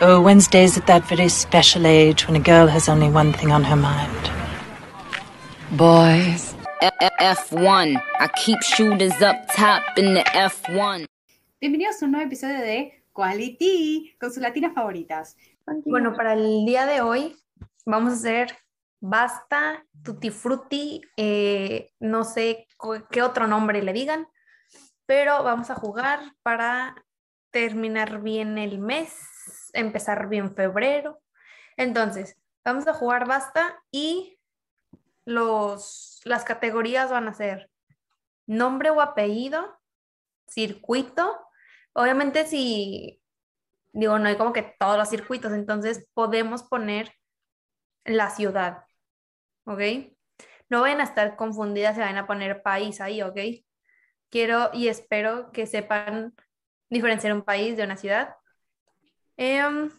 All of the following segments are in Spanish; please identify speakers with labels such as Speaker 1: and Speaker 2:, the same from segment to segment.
Speaker 1: Oh, Wednesday's at that very special age when a girl has only one thing on her mind.
Speaker 2: Boys.
Speaker 3: F1. I keep shooters up top in the F1.
Speaker 4: Bienvenidos a un nuevo episodio de Quality con sus latinas favoritas.
Speaker 5: Bueno, para el día de hoy vamos a hacer basta, tutti frutti, eh, no sé cu- qué otro nombre le digan, pero vamos a jugar para terminar bien el mes, empezar bien febrero. Entonces, vamos a jugar basta y los, las categorías van a ser nombre o apellido, circuito. Obviamente si, digo, no hay como que todos los circuitos, entonces podemos poner la ciudad, ¿ok? No vayan a estar confundidas, se van a poner país ahí, ¿ok? Quiero y espero que sepan diferenciar un país de una ciudad. Em,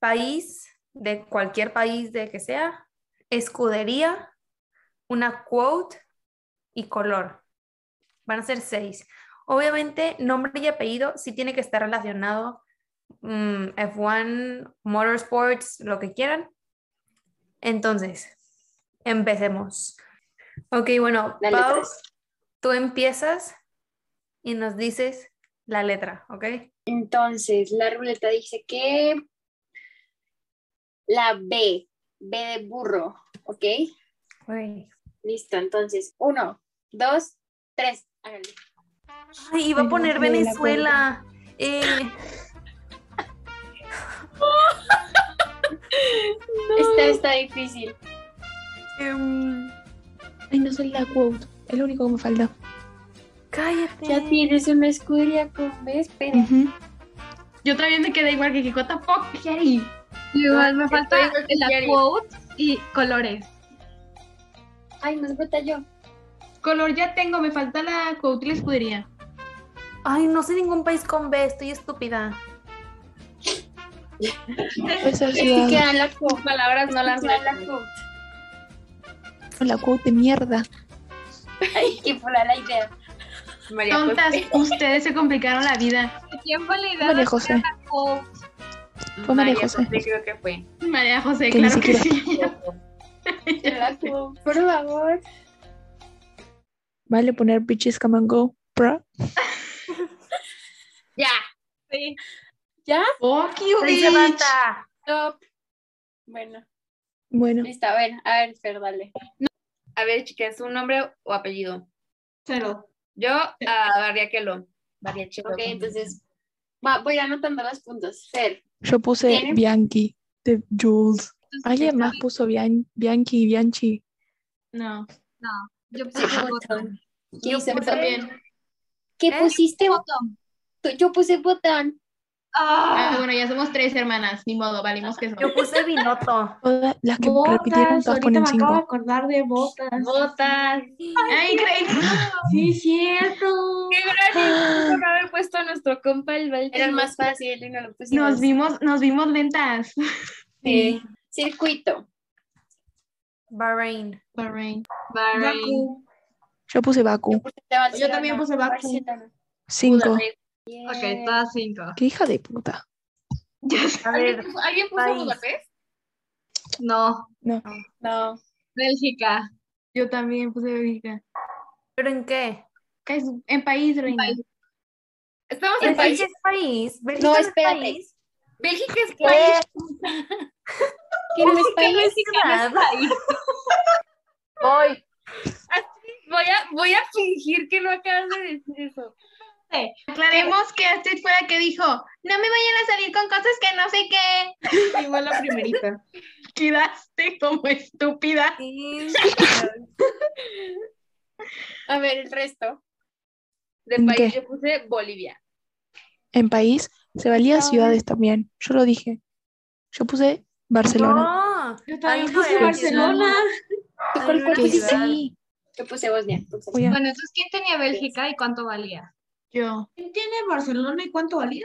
Speaker 5: país, de cualquier país de que sea, escudería, una quote y color. Van a ser seis. Obviamente, nombre y apellido sí tiene que estar relacionado mm, F1, Motorsports, lo que quieran. Entonces, empecemos. Ok, bueno,
Speaker 4: Las
Speaker 5: Pau,
Speaker 4: letras.
Speaker 5: tú empiezas y nos dices la letra, ¿ok?
Speaker 4: Entonces, la ruleta dice que la B, B de burro, ¿ok?
Speaker 5: Ay,
Speaker 4: Listo, entonces, uno, dos, tres. Háganle.
Speaker 5: iba a poner
Speaker 4: me di la
Speaker 5: Venezuela. Eh,
Speaker 4: Esta está difícil.
Speaker 5: em,
Speaker 6: Ay, no soy la quote. Es lo único que me falta.
Speaker 5: cállate.
Speaker 4: Ya tienes una escudería con B, espera.
Speaker 7: Yo también me quedé igual que Kiko, what the fuck, Jerry. Igual me falta
Speaker 4: estoy igual que
Speaker 7: la
Speaker 4: Jerry.
Speaker 7: quote y colores.
Speaker 4: Ay, no se cuenta yo.
Speaker 7: Color ya tengo, me falta la quote y la escudería.
Speaker 5: Ay, no sé ningún país con B, estoy estúpida.
Speaker 6: Esa
Speaker 4: Es
Speaker 6: ciudad.
Speaker 4: que quedan las co-
Speaker 7: Palabras no las
Speaker 4: quedan las co-
Speaker 6: La quote de mierda.
Speaker 4: Ay, qué fula la idea.
Speaker 8: María
Speaker 7: Tontas, ustedes se complicaron la vida.
Speaker 8: ¿Quién fue la idea
Speaker 6: María
Speaker 8: de
Speaker 6: José.
Speaker 8: hacer la quote?
Speaker 6: Fue María José.
Speaker 8: creo que fue.
Speaker 7: María José,
Speaker 6: Que ni
Speaker 7: claro que sí.
Speaker 4: Las co- Por favor.
Speaker 6: Vale poner bitches come and go. Bra.
Speaker 8: Ya. Sí.
Speaker 7: Fuck you,
Speaker 5: Ay, se
Speaker 7: bitch.
Speaker 5: mata.
Speaker 4: Top. Bueno,
Speaker 6: Bueno,
Speaker 4: listo, a ver, a ver, Fer, dale.
Speaker 8: A ver, chicas, un nombre o apellido.
Speaker 7: Cero.
Speaker 8: Yo, a Barriaquelo. Barriaquelo.
Speaker 4: Ok, entonces va- voy anotando los puntos. Fer,
Speaker 6: yo puse
Speaker 4: ¿Tienen?
Speaker 6: Bianchi de Jules.
Speaker 8: Entonces,
Speaker 6: Alguien más puso Bian- Bianchi y Bianchi.
Speaker 7: No.
Speaker 8: Yo puse botón.
Speaker 4: ¿qué
Speaker 7: Yo
Speaker 4: hice?
Speaker 7: puse también.
Speaker 4: ¿Qué
Speaker 5: ¿Eh?
Speaker 4: pusiste?
Speaker 8: Botón.
Speaker 4: Tú- Yo puse botón.
Speaker 7: Ah,
Speaker 8: Ah,
Speaker 7: bueno, ya somos tres hermanas, ni modo, valimos que eso.
Speaker 5: Yo puse Vinoto.
Speaker 6: Todas las que repitieron todas ponen cinco.
Speaker 7: acordar de botas.
Speaker 8: botas.
Speaker 7: Ay, creí. Sí, cierto.
Speaker 8: Qué gran por no haber puesto a nuestro compa el Valtteri.
Speaker 4: Era el más fácil y no lo pusimos.
Speaker 7: Nos vimos, nos vimos lentas.
Speaker 4: Sí. Circuito.
Speaker 5: Bahrein.
Speaker 7: Bahrein.
Speaker 8: Bahrein.
Speaker 6: Yo puse Baku.
Speaker 4: De Barcelona.
Speaker 7: también puse Bakú.
Speaker 4: Barcelona.
Speaker 6: Cinco.
Speaker 8: Budapest.
Speaker 4: Bien.
Speaker 8: Ok, todas cinco.
Speaker 6: Qué hija de puta.
Speaker 7: Ya sé.
Speaker 5: A ver,
Speaker 8: ¿Alguien puso
Speaker 5: país.
Speaker 8: Budapest? No.
Speaker 4: No.
Speaker 8: Bélgica.
Speaker 7: Yo también puse Bélgica.
Speaker 5: ¿pero en qué?
Speaker 7: Que es En país, reina.
Speaker 8: país. Estamos en
Speaker 5: ¿En
Speaker 8: país.
Speaker 5: qué país? ¿Bélgica
Speaker 4: No,
Speaker 5: es
Speaker 4: espérate.
Speaker 5: país?
Speaker 8: Bélgica es
Speaker 4: ¿Qué?
Speaker 8: país.
Speaker 4: ¿Qué no es país?
Speaker 8: Bélgica no es país.
Speaker 5: Voy.
Speaker 8: Voy a, voy a fingir que no acabas de decir eso.
Speaker 7: Aclaremos que Astrid fue la que dijo, no me vayan a salir con cosas que no sé qué. Igual la primerita. Quedaste como estúpida.
Speaker 5: Sí.
Speaker 4: A ver, el resto.
Speaker 8: De
Speaker 6: ¿En
Speaker 8: país
Speaker 6: qué?
Speaker 8: yo puse Bolivia.
Speaker 6: En país se valía ciudades también. Yo lo dije. Yo puse
Speaker 5: No.
Speaker 6: Barcelona.
Speaker 7: Yo
Speaker 5: también puse Barcelona.
Speaker 4: ¿Tú cuál cuál
Speaker 5: Ay,
Speaker 6: Que
Speaker 4: pusiste?
Speaker 5: ciudad.
Speaker 6: pues sí.
Speaker 4: Yo puse Bosnia. entonces.
Speaker 6: Voy a-
Speaker 8: Bueno, entonces, ¿quién tenía Bélgica y cuánto valía?
Speaker 7: Yo.
Speaker 8: ¿Quién tiene Barcelona y cuánto valía?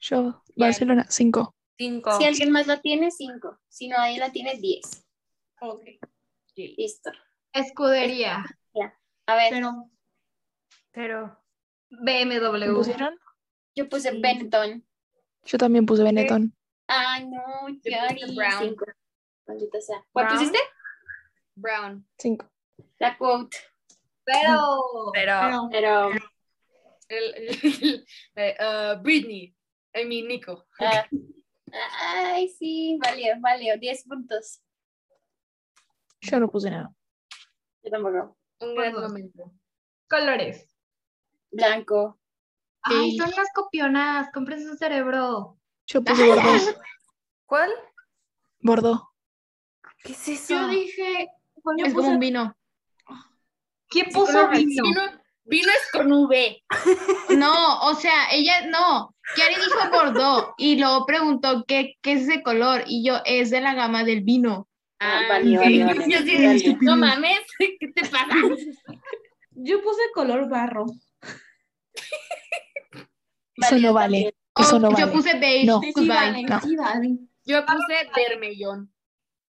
Speaker 6: Yo, Barcelona, cinco.
Speaker 5: Cinco.
Speaker 4: Si alguien más la tiene, cinco. Si no, nadie la tiene, diez.
Speaker 8: Ok.
Speaker 4: Listo.
Speaker 8: Escudería.
Speaker 4: A ver,
Speaker 7: Pero
Speaker 5: Cero.
Speaker 8: BMW.
Speaker 6: ¿Pusieron?
Speaker 4: yo puse Benetton.
Speaker 6: Yo también puse Benetton.
Speaker 9: Ay, no, Johnny.
Speaker 4: Brown.
Speaker 9: Brown.
Speaker 4: Cinco. Maldita sea.
Speaker 9: ¿Cuál
Speaker 5: Brown.
Speaker 9: pusiste? Brown.
Speaker 6: Cinco.
Speaker 4: La quote.
Speaker 9: Pero.
Speaker 5: Pero
Speaker 4: Pero.
Speaker 9: el- el- eh, uh, Britney. I mean, Nico.
Speaker 4: ah, ay, sí, valió, valió. 10 puntos.
Speaker 6: Yo no puse nada.
Speaker 4: Yo tampoco.
Speaker 9: Un
Speaker 8: Pues,
Speaker 9: gran
Speaker 10: Vamos.
Speaker 9: momento.
Speaker 10: Colores.
Speaker 4: Blanco.
Speaker 10: Ay, son las copionas. Compren su cerebro.
Speaker 6: Yo puse bordeaux.
Speaker 5: ¿cuál?
Speaker 6: Bordeaux.
Speaker 5: ¿Qué es eso?
Speaker 10: Yo dije. yo
Speaker 7: Es como
Speaker 10: puse-
Speaker 7: un vino.
Speaker 10: ¿Quién puso vino?
Speaker 9: Vino, vino es con V.
Speaker 7: No, o sea, ella no. Yari dijo Bordeaux y luego preguntó qué, qué es ese color y yo es de la gama del vino.
Speaker 4: Ah, valió, valió, valió.
Speaker 9: Yo sí,
Speaker 4: Valió.
Speaker 9: no mames, ¿qué te pasa?
Speaker 10: Yo puse color barro.
Speaker 6: Eso no vale. Eso
Speaker 7: Oh,
Speaker 6: no vale.
Speaker 7: Yo puse beige.
Speaker 6: No.
Speaker 10: Sí, sí,
Speaker 7: goodbye.
Speaker 10: vale,
Speaker 6: no.
Speaker 10: sí, vale.
Speaker 9: Yo puse vermellón.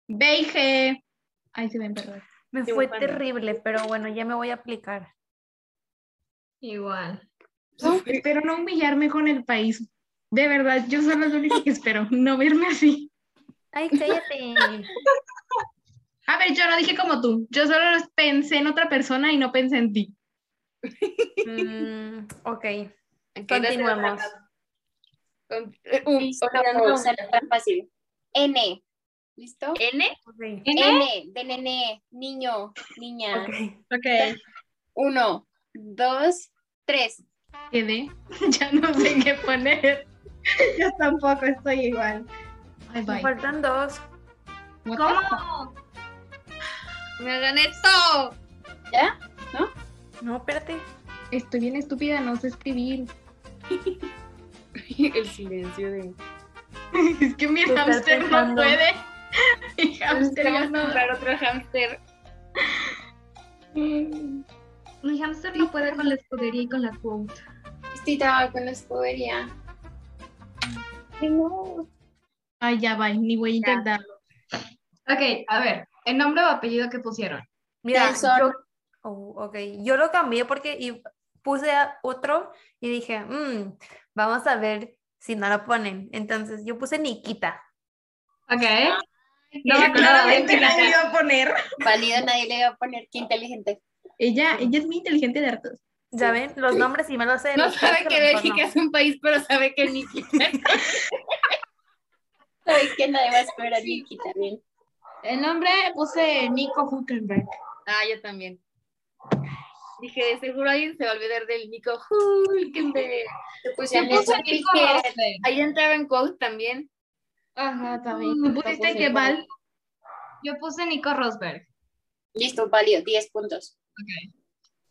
Speaker 7: Beige. Ay, se ven, perdón.
Speaker 5: Me
Speaker 9: Qué
Speaker 5: fue
Speaker 9: bufanda.
Speaker 5: terrible, pero bueno, ya me voy a aplicar.
Speaker 10: Igual.
Speaker 7: Oh, espero no humillarme con el país. De verdad, yo soy la única que espero no verme así.
Speaker 5: Ay, cállate.
Speaker 7: A ver, yo no dije como tú. Yo solo pensé en otra persona y no pensé en ti.
Speaker 5: Mm, ok.
Speaker 9: Continuamos.
Speaker 5: Continuemos.
Speaker 9: eh,
Speaker 4: Listo, se la tan fácil. N. ¿Listo?
Speaker 9: N,
Speaker 5: ok,
Speaker 4: N de nene, niño, niña.
Speaker 5: ok.
Speaker 10: Ok.
Speaker 4: Uno, dos, tres.
Speaker 7: Quedé. Ya no sé qué poner.
Speaker 10: Yo tampoco estoy igual.
Speaker 7: Ay,
Speaker 5: Me
Speaker 7: bye.
Speaker 5: faltan dos.
Speaker 7: What the fuck?
Speaker 10: ¿Cómo?
Speaker 9: me gané esto.
Speaker 4: ¿Ya?
Speaker 5: No, espérate.
Speaker 7: Estoy bien estúpida, no sé escribir.
Speaker 9: El silencio de.
Speaker 7: Es que mi
Speaker 5: Tú estás
Speaker 7: hamster no
Speaker 5: pensando.
Speaker 7: puede. Mi hámster ya
Speaker 9: Vamos a
Speaker 7: no.
Speaker 9: comprar otro hámster.
Speaker 7: Mi hámster no puede con la escudería y con la quote.
Speaker 4: Estita con la escudería. Ay, no.
Speaker 7: Ay, ya bye, ni voy a
Speaker 9: Ya.
Speaker 7: intentarlo.
Speaker 10: Ok, a ver. El nombre o apellido que pusieron.
Speaker 5: Mira,
Speaker 4: Nelson.
Speaker 5: yo, oh, ok, yo lo cambié porque y puse a otro y dije, "Mm, vamos a ver si no lo ponen. Entonces yo puse Nikita.
Speaker 10: Ok.
Speaker 7: No,
Speaker 10: me acordaba de
Speaker 7: claramente nadie
Speaker 10: iba a poner.
Speaker 4: Válido, nadie le va a poner qué inteligente.
Speaker 7: Ella, ella es muy inteligente de hartos.
Speaker 5: Ya ven, los nombres sí me los sé.
Speaker 9: No
Speaker 5: los
Speaker 9: sabe
Speaker 5: países,
Speaker 9: que
Speaker 5: a lo mejor
Speaker 9: Bélgica
Speaker 5: no.
Speaker 9: es un país, pero sabe que Nikita.
Speaker 4: Ay, que nadie va a escoger a Nikki también.
Speaker 7: El nombre puse Nico Huckenberg.
Speaker 9: Ah, yo también. Dije, de seguro alguien se va a olvidar del Nico Hulkenberg.
Speaker 4: Yo puse
Speaker 7: Yo
Speaker 4: a
Speaker 7: puse
Speaker 4: Nelson
Speaker 7: Nico
Speaker 4: Piquet.
Speaker 7: Rosberg.
Speaker 9: Ahí entraba en quote también. Mm,
Speaker 7: Ajá, también.
Speaker 10: ¿Me
Speaker 7: Yo
Speaker 10: pusiste
Speaker 7: puse
Speaker 10: que
Speaker 7: Nico
Speaker 10: Val? Yo puse Nico Rosberg.
Speaker 4: Listo, válido, 10 puntos.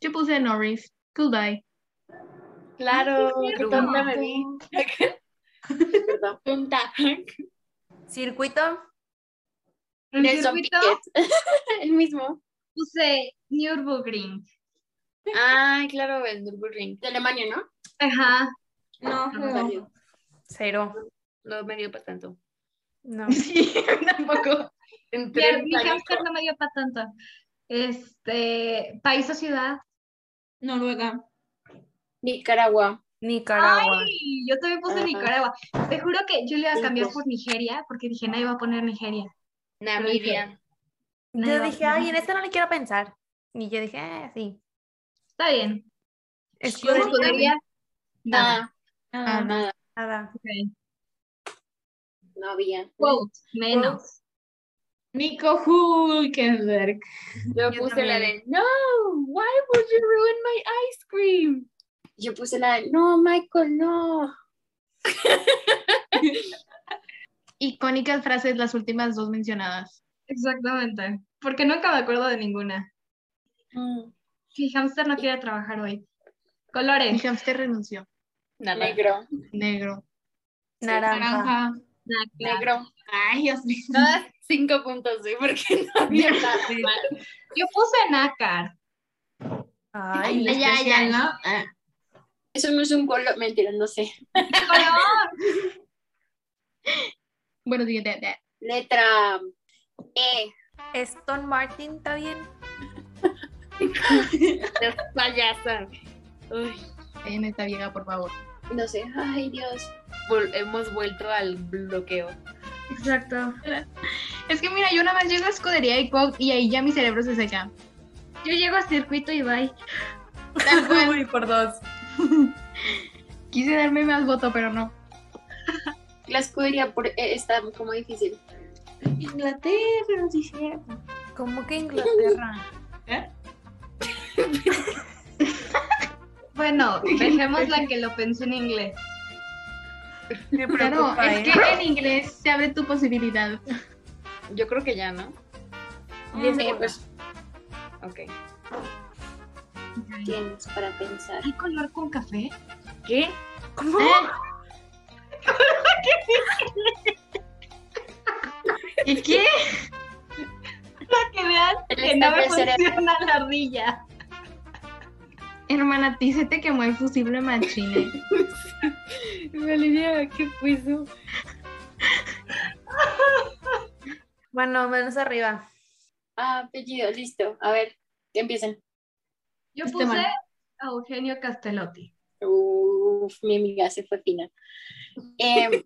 Speaker 7: Yo puse Norris. Goodbye.
Speaker 9: Claro, qué tonta me vi.
Speaker 7: Yo
Speaker 4: Perdón.
Speaker 9: Tonta.
Speaker 5: Circuito,
Speaker 10: El
Speaker 4: Nelson
Speaker 10: circuito
Speaker 4: Piquet. El mismo.
Speaker 10: puse Nürburgring.
Speaker 9: Ah, claro, el Nürburgring.
Speaker 4: De Alemania, ¿no?
Speaker 10: Ajá.
Speaker 9: No, no,
Speaker 4: Válido.
Speaker 5: cero.
Speaker 9: no me dio para tanto.
Speaker 5: No.
Speaker 7: tampoco.
Speaker 9: Entré
Speaker 10: Mi
Speaker 9: en
Speaker 10: mi
Speaker 9: pánico.
Speaker 10: hamster "Ah, no me dio para tanto. Este, país o ciudad.
Speaker 7: Noruega.
Speaker 4: Nicaragua.
Speaker 5: Nicaragua.
Speaker 10: Sí, yo también puse
Speaker 4: Ajá.
Speaker 10: Nicaragua. Te juro que yo le iba a cambiar
Speaker 5: pues.
Speaker 4: Cinco.
Speaker 10: por Nigeria porque dije nadie va a poner Nigeria.
Speaker 9: Namibia.
Speaker 10: Nadie
Speaker 5: Yo
Speaker 10: va a
Speaker 5: dije,
Speaker 10: poner-
Speaker 5: ay, en este no le quiero pensar. Y yo dije, "Ah, sí.
Speaker 10: Está bien. Yo
Speaker 5: Escudería,
Speaker 10: no podría. Nada.
Speaker 4: Nada. Nada. Nada.
Speaker 5: nada.
Speaker 10: Ok.
Speaker 4: No había.
Speaker 10: Quote, menos.
Speaker 7: Nico Hulkenberg.
Speaker 9: Yo,
Speaker 5: Yo
Speaker 9: puse la
Speaker 5: también.
Speaker 9: de No, why would you ruin my ice cream?
Speaker 4: Yo puse la de, no, Michael, no.
Speaker 7: Icónicas frases, las últimas dos mencionadas.
Speaker 10: Exactamente. Porque nunca me acuerdo de ninguna.
Speaker 9: Mm,
Speaker 10: Mi hamster no quiere trabajar hoy.
Speaker 7: El
Speaker 10: Colores.
Speaker 7: hamster renunció.
Speaker 9: Nada.
Speaker 4: Negro.
Speaker 7: Negro.
Speaker 5: Naranja.
Speaker 7: Naranja.
Speaker 4: Negro.
Speaker 7: Ay, Dios mío.
Speaker 9: Todas cinco puntos, güey, porque no había nada mal.
Speaker 10: Yo puse nácar.
Speaker 5: Ay,
Speaker 7: Ay, ya, ya, ¿no? Ah.
Speaker 4: Eso no es un color. Mentira, no sé.
Speaker 10: Color.
Speaker 7: Bueno, sí, de- de-
Speaker 4: Letra E.
Speaker 5: Stone Martin está bien.
Speaker 9: Es payasa. Uy,
Speaker 7: en esta vieja, por favor.
Speaker 4: No sé. Ay, Dios.
Speaker 9: vol- hemos vuelto al bloqueo.
Speaker 7: Exacto. Es que mira, yo una vez llego a escudería y Coke y ahí ya mi cerebro se seca.
Speaker 10: Yo llego a circuito y bye.
Speaker 7: Tal cual.
Speaker 5: Uy, por dos.
Speaker 7: Quise darme más voto, pero no.
Speaker 4: La escudería por- eh, está como difícil.
Speaker 10: Inglaterra, no sí, cierto.
Speaker 5: ¿Cómo que Inglaterra?
Speaker 10: Bueno, dejémosla que lo pensé en inglés.
Speaker 5: Me
Speaker 7: Claro,
Speaker 5: preocupa,
Speaker 7: es
Speaker 5: ¿eh?
Speaker 7: que en inglés se abre tu posibilidad.
Speaker 9: Yo creo que ya, ¿no?
Speaker 5: Diez
Speaker 4: Eh,
Speaker 5: segundos.
Speaker 4: pues
Speaker 9: Ok.
Speaker 4: tienes para pensar.
Speaker 7: ¿Hay color con café? Ah.
Speaker 9: ¿Qué?
Speaker 5: ¿Cómo?
Speaker 7: ¿Y qué?
Speaker 10: Que veas que no me funciona la ardilla.
Speaker 7: Hermana, a ti se te quemó el fusible machine.
Speaker 9: Valeria, ¿qué fue eso?
Speaker 5: Bueno, menos arriba.
Speaker 4: Ah, apellido, listo. A ver, empiecen.
Speaker 10: Yo
Speaker 7: Este
Speaker 10: puse
Speaker 7: man.
Speaker 10: a Eugenio Castelotti.
Speaker 4: Uf, mi amiga se fue fina. Em,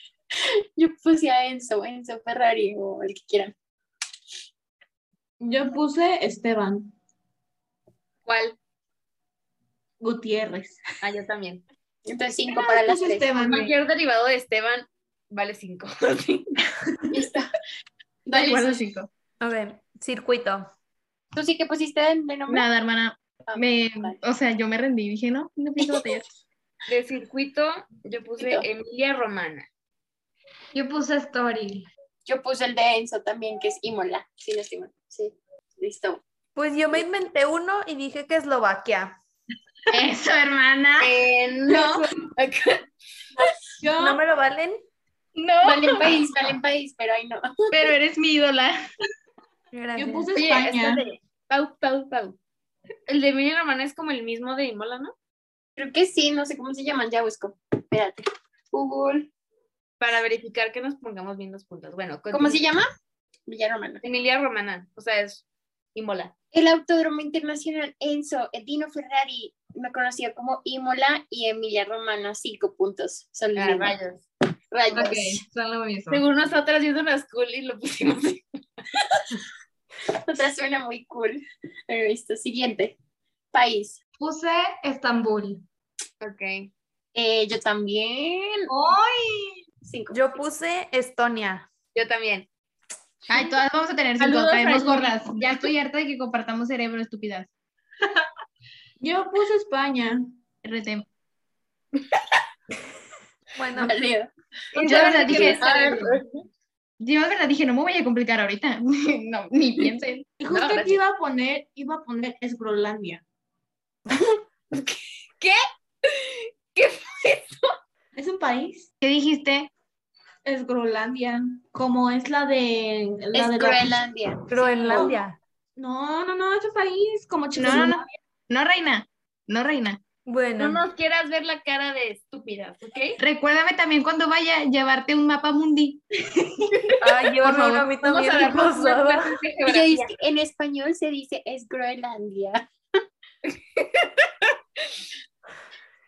Speaker 4: yo puse a Enzo, Enzo Ferrari o el que quieran.
Speaker 8: Yo puse Esteban
Speaker 9: ¿Cuál?
Speaker 8: Gutiérrez.
Speaker 9: Ah, yo también.
Speaker 4: Entonces cinco para las
Speaker 7: Este
Speaker 8: Puse
Speaker 9: Ah,
Speaker 4: tres.
Speaker 8: Esteban.
Speaker 9: Cualquier derivado de Esteban vale 5.
Speaker 4: Listo.
Speaker 7: De
Speaker 4: Dale,
Speaker 7: acuerdo, chico.
Speaker 5: Ok, circuito.
Speaker 4: ¿Tú sí que pusiste en mi nombre?
Speaker 7: Nada, hermana.
Speaker 4: Ah,
Speaker 7: Me,
Speaker 4: vale.
Speaker 7: o sea, yo me rendí. Dije, no, no pienso batallar.
Speaker 9: De circuito, yo puse
Speaker 4: Circuito.
Speaker 9: Emilia Romana.
Speaker 10: Yo puse Story.
Speaker 4: Yo puse el de Enzo también, que es Imola. Sí, no estoy mal. Sí. Listo.
Speaker 5: Pues yo me inventé uno y dije que Eslovaquia.
Speaker 7: Eso, hermana.
Speaker 9: Eh, no.
Speaker 10: Yo,
Speaker 5: ¿No me lo valen?
Speaker 7: No,
Speaker 4: Vale en país, vale en país, pero ahí no.
Speaker 7: pero eres mi ídola.
Speaker 5: Gracias.
Speaker 8: Yo puse
Speaker 9: Oye,
Speaker 8: España.
Speaker 9: es el de Pau, Pau, Pau. El de Emilia Romana es como el mismo de Imola, ¿no?
Speaker 4: Creo que sí, no sé cómo se llaman, ya busco. Espérate. Google.
Speaker 9: Para verificar que nos pongamos bien los puntos. Bueno,
Speaker 4: ¿Cómo
Speaker 9: continúa.
Speaker 4: se llama? Villaromana.
Speaker 9: Emilia Romana, o sea, es Imola.
Speaker 4: El Autódromo Internacional Enzo Edino Ferrari, me conocía como Imola y Emilia Romana, cinco puntos. Son
Speaker 8: Ah,
Speaker 4: los mismos.
Speaker 9: rayos.
Speaker 4: Rayos.
Speaker 10: ok, son lo mismo.
Speaker 9: Ah, Según nosotras, yo una school y lo pusimos.
Speaker 4: Otra suena muy cool. Pero listo, siguiente. País.
Speaker 10: Puse Estambul.
Speaker 9: ok.
Speaker 4: Eh, yo también.
Speaker 10: ¡Ay!
Speaker 4: Cinco.
Speaker 5: Yo puse Estonia.
Speaker 9: Yo también.
Speaker 7: Ay, todas vamos a tener cinco.
Speaker 9: Saludos,
Speaker 7: Traemos
Speaker 9: Frankie.
Speaker 7: gorras. Ya estoy harta de que compartamos cerebro, estúpidas.
Speaker 8: Yo puse España.
Speaker 7: RT.
Speaker 5: Bueno,
Speaker 4: Valió.
Speaker 7: Yo de verdad
Speaker 10: que
Speaker 7: dije,
Speaker 10: no saben.
Speaker 7: yo de verdad dije, no me voy a complicar ahorita. no, ni piensen.
Speaker 8: Y justo
Speaker 9: gracias.
Speaker 8: aquí iba a poner, iba a poner es Groenlandia.
Speaker 9: ¿Qué
Speaker 8: ¿Es un país?
Speaker 7: ¿Qué dijiste?
Speaker 8: Es Groenlandia. Como es la de. La
Speaker 4: Es
Speaker 8: de la-
Speaker 4: Groenlandia.
Speaker 5: Groenlandia.
Speaker 8: No, no, no, es un país. Como
Speaker 7: No, no, no.
Speaker 8: Checoslovaquia.
Speaker 7: No, reina. No, reina.
Speaker 9: No
Speaker 5: Bueno,
Speaker 9: nos quieras ver la cara de estúpidas, ¿ok?
Speaker 7: Recuérdame también cuando vaya a llevarte un mapa mundi.
Speaker 5: ay, yo
Speaker 7: Por
Speaker 5: no,
Speaker 7: favor,
Speaker 5: a mí
Speaker 9: Vamos
Speaker 5: también
Speaker 9: a
Speaker 5: me
Speaker 9: darnos una
Speaker 5: pasaba.
Speaker 9: clase de
Speaker 4: Ella
Speaker 9: geografía.
Speaker 4: dice que en español se dice es Groenlandia.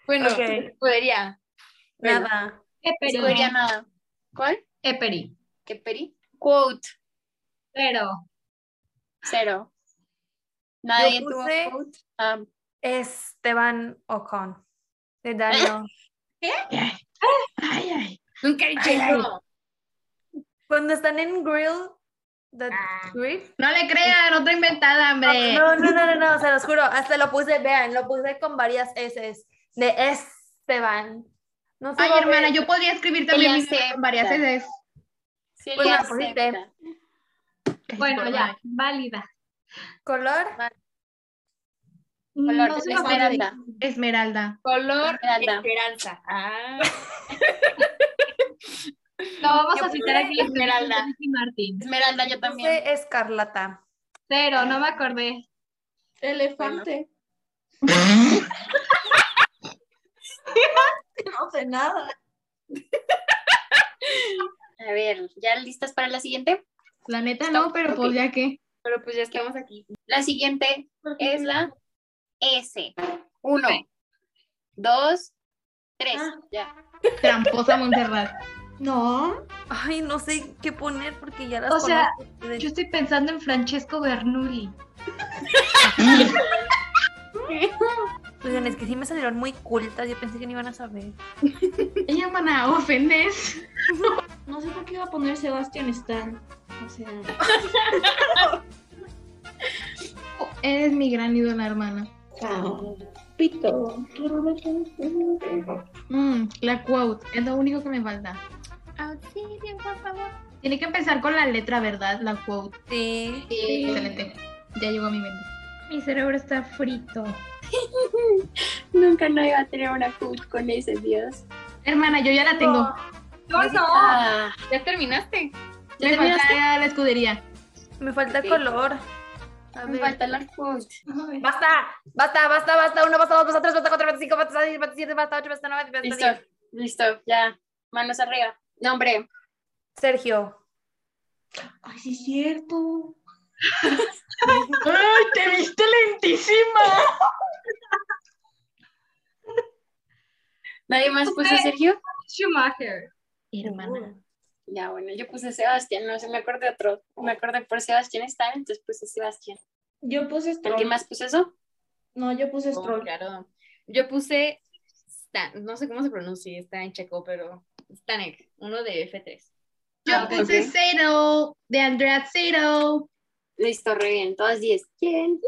Speaker 9: Bueno,
Speaker 5: Ok.
Speaker 9: podría.
Speaker 5: Nada.
Speaker 4: No
Speaker 10: Eperi.
Speaker 4: diría nada. ¿Cuál?
Speaker 10: Eperi.
Speaker 4: ¿Qué peri? Quote.
Speaker 10: Pero
Speaker 4: Cero. Nadie tuvo
Speaker 5: puse-
Speaker 4: quote. Ah,
Speaker 5: Esteban Ocon. De Dario.
Speaker 7: Ay, ay.
Speaker 9: Nunca he dicho
Speaker 7: Ay, ay.
Speaker 9: eso.
Speaker 5: Cuando están en grill, the grill.
Speaker 7: No le crean, otra inventada, hombre.
Speaker 5: Ah, No, no, no, no, no, se los juro. Hasta lo puse, vean, lo puse con varias S de Esteban. No sé.
Speaker 7: Ay, hermana, yo podría escribir también
Speaker 4: Ella
Speaker 7: mi nombre
Speaker 4: acepta.
Speaker 7: con varias veces.
Speaker 4: sí,
Speaker 5: Pues
Speaker 4: ella
Speaker 5: la pusiste.
Speaker 4: acepta.
Speaker 10: bueno, ya, válida.
Speaker 5: Color.
Speaker 4: Color
Speaker 7: No sé cómo
Speaker 4: esmeralda.
Speaker 7: decir. Esmeralda.
Speaker 9: Color
Speaker 4: Esmeralda.
Speaker 9: esperanza. Ah,
Speaker 10: No vamos
Speaker 9: Yo
Speaker 10: a citar
Speaker 9: puse
Speaker 10: aquí la
Speaker 9: Esmeralda.
Speaker 10: esmeralda. Martín.
Speaker 4: Esmeralda, yo también.
Speaker 5: Puse escarlata.
Speaker 10: Pero no me acordé.
Speaker 8: Elefante.
Speaker 5: No sé nada.
Speaker 4: A ver, ¿ya listas para la siguiente?
Speaker 7: La neta no, pero pues ya que.
Speaker 9: pero pues ya estamos aquí.
Speaker 4: La siguiente es la S. Uno, dos, tres. Ya.
Speaker 7: Tramposa Montserrat.
Speaker 5: No. Ay, no sé qué poner porque ya las
Speaker 8: O sea,
Speaker 5: conozco Pues, de-
Speaker 8: Yo estoy pensando en Francesco Bernoulli.
Speaker 5: Oigan, es que sí me salieron muy cultas. Yo pensé que no iban a saber.
Speaker 7: Ella, mana, ofendes.
Speaker 8: No sé por qué iba a poner Sebastián Stan. O sea,
Speaker 7: Eres mi gran ídola, hermana.
Speaker 10: Pito.
Speaker 7: Mm, la quote, es lo único que me falta. Auxilio, por favor. Tiene que empezar con la letra, ¿verdad? La quote.
Speaker 5: Sí.
Speaker 7: Sí. Excelente. Ya llegó a mi mente.
Speaker 8: mi cerebro está frito.
Speaker 4: Nunca no iba a tener una coach con ese Dios.
Speaker 7: Hermana, yo ya la tengo.
Speaker 9: No, no.
Speaker 4: Ah,
Speaker 9: Ya terminaste.
Speaker 7: Le falta la escudería.
Speaker 5: Me falta
Speaker 9: Sí.
Speaker 5: color.
Speaker 4: a ver. me falta la coach.
Speaker 5: Basta, basta, basta, basta. Uno, basta, dos, basta, tres, basta, cuatro, basta, cinco, basta, seis, basta, siete, basta, ocho, basta, nueve, basta,
Speaker 4: Listo,
Speaker 5: diez.
Speaker 4: listo, ya. Manos arriba. Nombre.
Speaker 5: Sergio.
Speaker 8: Ay, sí es cierto.
Speaker 7: ¡Ay, te viste lentísima!
Speaker 4: ¿Nadie más puso Sergio?
Speaker 9: Schumacher.
Speaker 7: Hermana.
Speaker 4: Ya, bueno, yo puse Sebastián, no sé, me acordé otro. Me acordé por Sebastián Stan, entonces puse Sebastián.
Speaker 8: Yo puse Stroll.
Speaker 4: ¿Alguien más puso eso?
Speaker 8: No, yo puse Stroll.
Speaker 9: claro. Yo puse Stan, no sé cómo se pronuncia, está en checo, pero Stanek, uno de F3.
Speaker 7: Yo
Speaker 4: Ah, ok.
Speaker 7: puse Zero, de Andrea Zero.
Speaker 4: Listo, re bien, todas 10. ¿Quién?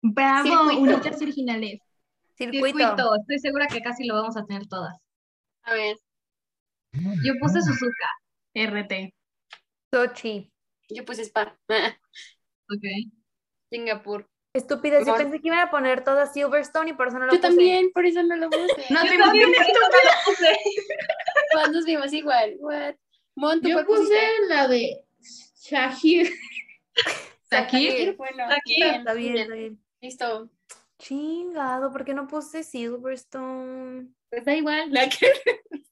Speaker 7: Bravo,
Speaker 8: Circuito.
Speaker 7: unitas originales.
Speaker 5: Circuito.
Speaker 9: Circuito, estoy segura que casi lo vamos a tener todas.
Speaker 4: A ver,
Speaker 9: Yo puse Suzuka.
Speaker 7: RT.
Speaker 5: Sochi.
Speaker 4: yo puse Spa. Ah,
Speaker 9: Ok. Singapur.
Speaker 5: Estúpidas, yo
Speaker 4: Mon-
Speaker 5: pensé que iban a poner todas Silverstone y por eso no lo
Speaker 4: Yo
Speaker 5: puse.
Speaker 4: también, por eso no lo puse.
Speaker 7: No te
Speaker 9: también
Speaker 7: imaginas
Speaker 4: Todas nos vimos igual. What? Mon, ¿tú
Speaker 10: Yo
Speaker 4: cuál
Speaker 10: puse
Speaker 4: pusiste?
Speaker 10: la de Shahir.
Speaker 7: aquí.
Speaker 4: Bueno,
Speaker 10: Aquí.
Speaker 4: bien,
Speaker 5: Está bien,
Speaker 4: bien.
Speaker 5: está bien.
Speaker 4: Listo.
Speaker 5: Chingado, ¿por qué no puse Silverstone?
Speaker 9: Pues da igual, la que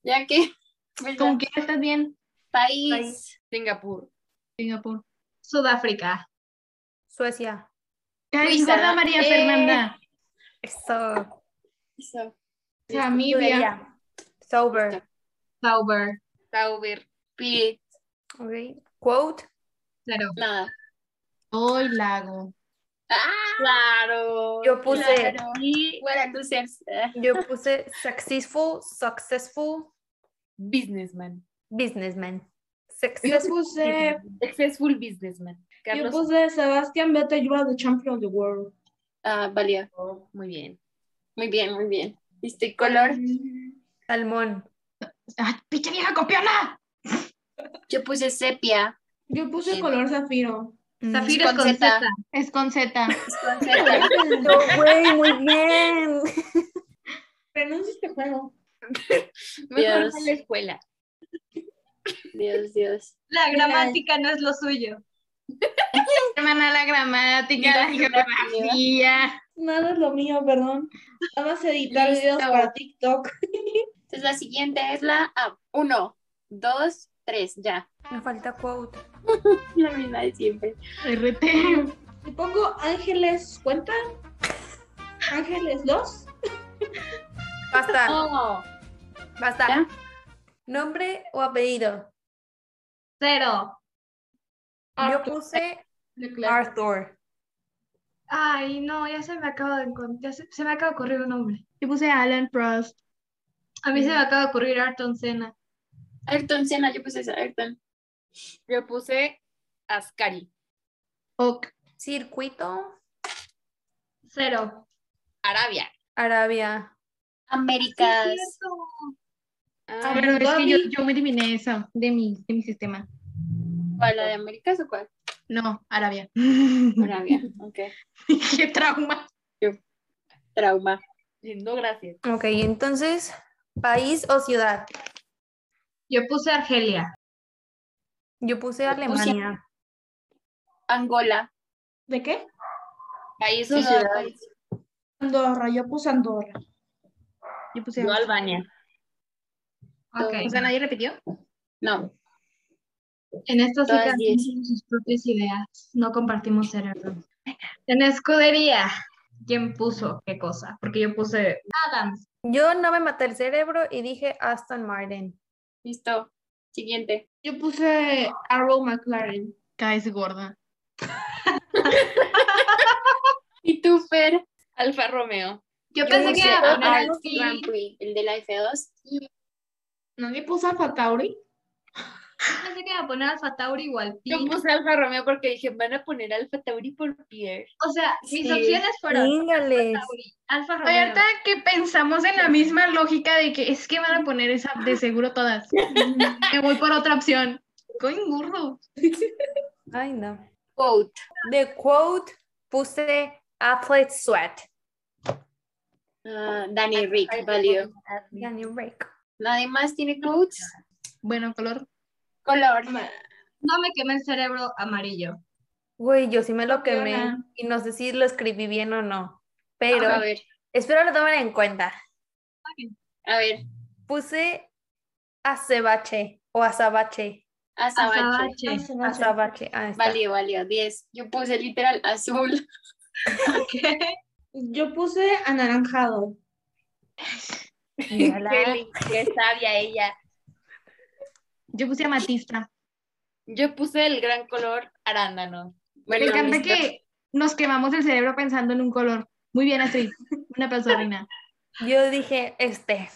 Speaker 4: Ya que. Pues ya.
Speaker 7: ¿Con quién estás bien?
Speaker 4: País.
Speaker 9: Singapur.
Speaker 7: Singapur. Sudáfrica.
Speaker 5: Suecia.
Speaker 7: Ay,
Speaker 4: Suiza.
Speaker 7: gorda María
Speaker 4: Eh.
Speaker 7: Fernanda.
Speaker 5: Eso.
Speaker 4: Eso.
Speaker 7: Namibia.
Speaker 5: Sober.
Speaker 7: Sauber.
Speaker 9: Tauber.
Speaker 4: Pide.
Speaker 5: Ok. Quote.
Speaker 7: Claro.
Speaker 4: Nada.
Speaker 7: Hoy lago.
Speaker 9: Claro.
Speaker 5: Yo puse,
Speaker 4: Claro.
Speaker 9: Y
Speaker 4: Bueno, tú seas. eh,
Speaker 5: yo puse successful, successful
Speaker 9: businessman.
Speaker 5: businessman.
Speaker 8: Yo
Speaker 5: Successful.
Speaker 8: puse,
Speaker 9: Successful businessman.
Speaker 8: yo
Speaker 9: Carlos.
Speaker 8: puse Sebastián Vettel, you are the champion of the world.
Speaker 4: Ah, valió.
Speaker 9: Oh, Muy bien.
Speaker 4: Muy bien, muy bien. Este color.
Speaker 5: Salmón.
Speaker 7: ¡Ay, pinche vieja copiona!
Speaker 4: Yo puse sepia.
Speaker 8: Yo puse
Speaker 4: Sí.
Speaker 8: color zafiro.
Speaker 9: Zafiro
Speaker 4: con
Speaker 9: con
Speaker 4: Z.
Speaker 9: Z.
Speaker 7: Es con Z.
Speaker 4: Es con sepia.
Speaker 5: Yo, güey, muy bien.
Speaker 8: Renuncio a este juego.
Speaker 9: Mejor
Speaker 4: Dios.
Speaker 9: a la escuela.
Speaker 4: Dios, Dios.
Speaker 8: La gramática no es lo suyo.
Speaker 7: Hermana, la gramática, la
Speaker 4: Mira,
Speaker 7: geografía.
Speaker 8: Nada es lo mío, perdón. Nada más editar
Speaker 4: Listo.
Speaker 8: videos para TikTok.
Speaker 4: Entonces la siguiente es la A. Uno, dos, tres. Ya.
Speaker 5: Me falta quote.
Speaker 4: La misma de siempre.
Speaker 7: RT.
Speaker 8: Le pongo Ángeles, ¿cuenta? Ángeles 2.
Speaker 5: Basta,
Speaker 9: Oh,
Speaker 5: basta.
Speaker 4: ¿Ya?
Speaker 5: Nombre o apellido.
Speaker 8: Cero.
Speaker 5: Yo puse Arthur.
Speaker 8: Ay, no, ya se me acaba de encon- ya se, se me acaba de ocurrir un nombre.
Speaker 7: Yo puse Alan Prost.
Speaker 8: A mí se me acaba de ocurrir Ayrton Senna.
Speaker 4: Ayrton Senna, yo puse esa. Ayrton.
Speaker 9: yo puse Ascari.
Speaker 7: Ok.
Speaker 5: Circuito.
Speaker 8: Cero.
Speaker 9: Arabia.
Speaker 5: Arabia.
Speaker 4: Américas.
Speaker 9: Ah,
Speaker 7: Ah, pero es que yo, yo me eliminé eso de mi, de mi sistema.
Speaker 4: ¿Cuál? ¿La de Américas o cuál?
Speaker 7: No, Arabia.
Speaker 4: Arabia. Ok.
Speaker 7: ¡Qué trauma!
Speaker 4: Trauma.
Speaker 9: no, gracias.
Speaker 5: Ok, entonces, país o ciudad.
Speaker 8: Yo puse Argelia.
Speaker 5: Yo puse Alemania.
Speaker 4: Angola.
Speaker 8: ¿De qué?
Speaker 9: Ahí es
Speaker 4: Ciudad,
Speaker 9: ciudad.
Speaker 4: país.
Speaker 8: Andorra, yo puse Andorra.
Speaker 7: Yo puse.
Speaker 9: Yo Albania.
Speaker 7: O sea, nadie repitió.
Speaker 4: No.
Speaker 8: En esto sí
Speaker 4: Todas
Speaker 8: cada quien
Speaker 4: diez.
Speaker 8: tiene sus propias ideas, no compartimos cerebro. En escudería, ¿quién puso qué cosa? Porque yo puse Adams.
Speaker 5: Yo no me maté el cerebro y dije Aston Martin.
Speaker 4: Listo. Siguiente.
Speaker 10: Yo puse Arrow McLaren.
Speaker 7: Caes gorda.
Speaker 4: Y tú, Fer.
Speaker 9: Alfa Romeo.
Speaker 10: Yo
Speaker 4: Yo
Speaker 10: pensé que
Speaker 4: puse
Speaker 10: era
Speaker 4: Alfa
Speaker 10: Alfie.
Speaker 4: Grand Prix, el de la F2. Y
Speaker 10: ¿No le puse Alfa Tauri?
Speaker 8: Yo pensé que iba a poner Alfa Tauri igual.
Speaker 9: Yo puse Alfa Romeo porque dije, van a poner Alfa Tauri por Pierre.
Speaker 8: O sea, mis
Speaker 4: Sí.
Speaker 8: opciones fueron
Speaker 5: Íngales.
Speaker 8: Alfa
Speaker 7: Oye,
Speaker 8: Romeo.
Speaker 7: ahorita que pensamos en la misma lógica de que es que van a poner esa de seguro todas. Me voy por otra opción. Coingurro.
Speaker 5: Ay, no.
Speaker 4: quote.
Speaker 5: De quote puse athlete sweat.
Speaker 4: Ah, Danny Rick, valió.
Speaker 5: Can you break?
Speaker 4: Nadie más tiene quotes.
Speaker 7: Bueno, color.
Speaker 4: Color.
Speaker 8: No me quemé el cerebro amarillo.
Speaker 5: Güey, yo sí me lo quemé
Speaker 7: Campeona.
Speaker 5: y no sé si lo escribí bien o no, pero
Speaker 4: A ver,
Speaker 5: espero lo tomen en cuenta.
Speaker 4: a ver.
Speaker 5: Puse acebache o azabache.
Speaker 4: Azabache.
Speaker 8: Azabache.
Speaker 5: Azabache. ahí está.
Speaker 4: Valió, valió. 10. Yo puse literal azul.
Speaker 10: Yo puse anaranjado.
Speaker 5: Mírala.
Speaker 9: Kelly, qué sabia ella.
Speaker 7: Yo puse amatista.
Speaker 9: Yo puse el gran color arándano.
Speaker 7: Me
Speaker 4: Bueno,
Speaker 7: encanta
Speaker 4: listo.
Speaker 7: que nos quemamos el cerebro pensando en un color. Muy bien, Astrid. Una persona.
Speaker 5: Yo dije este.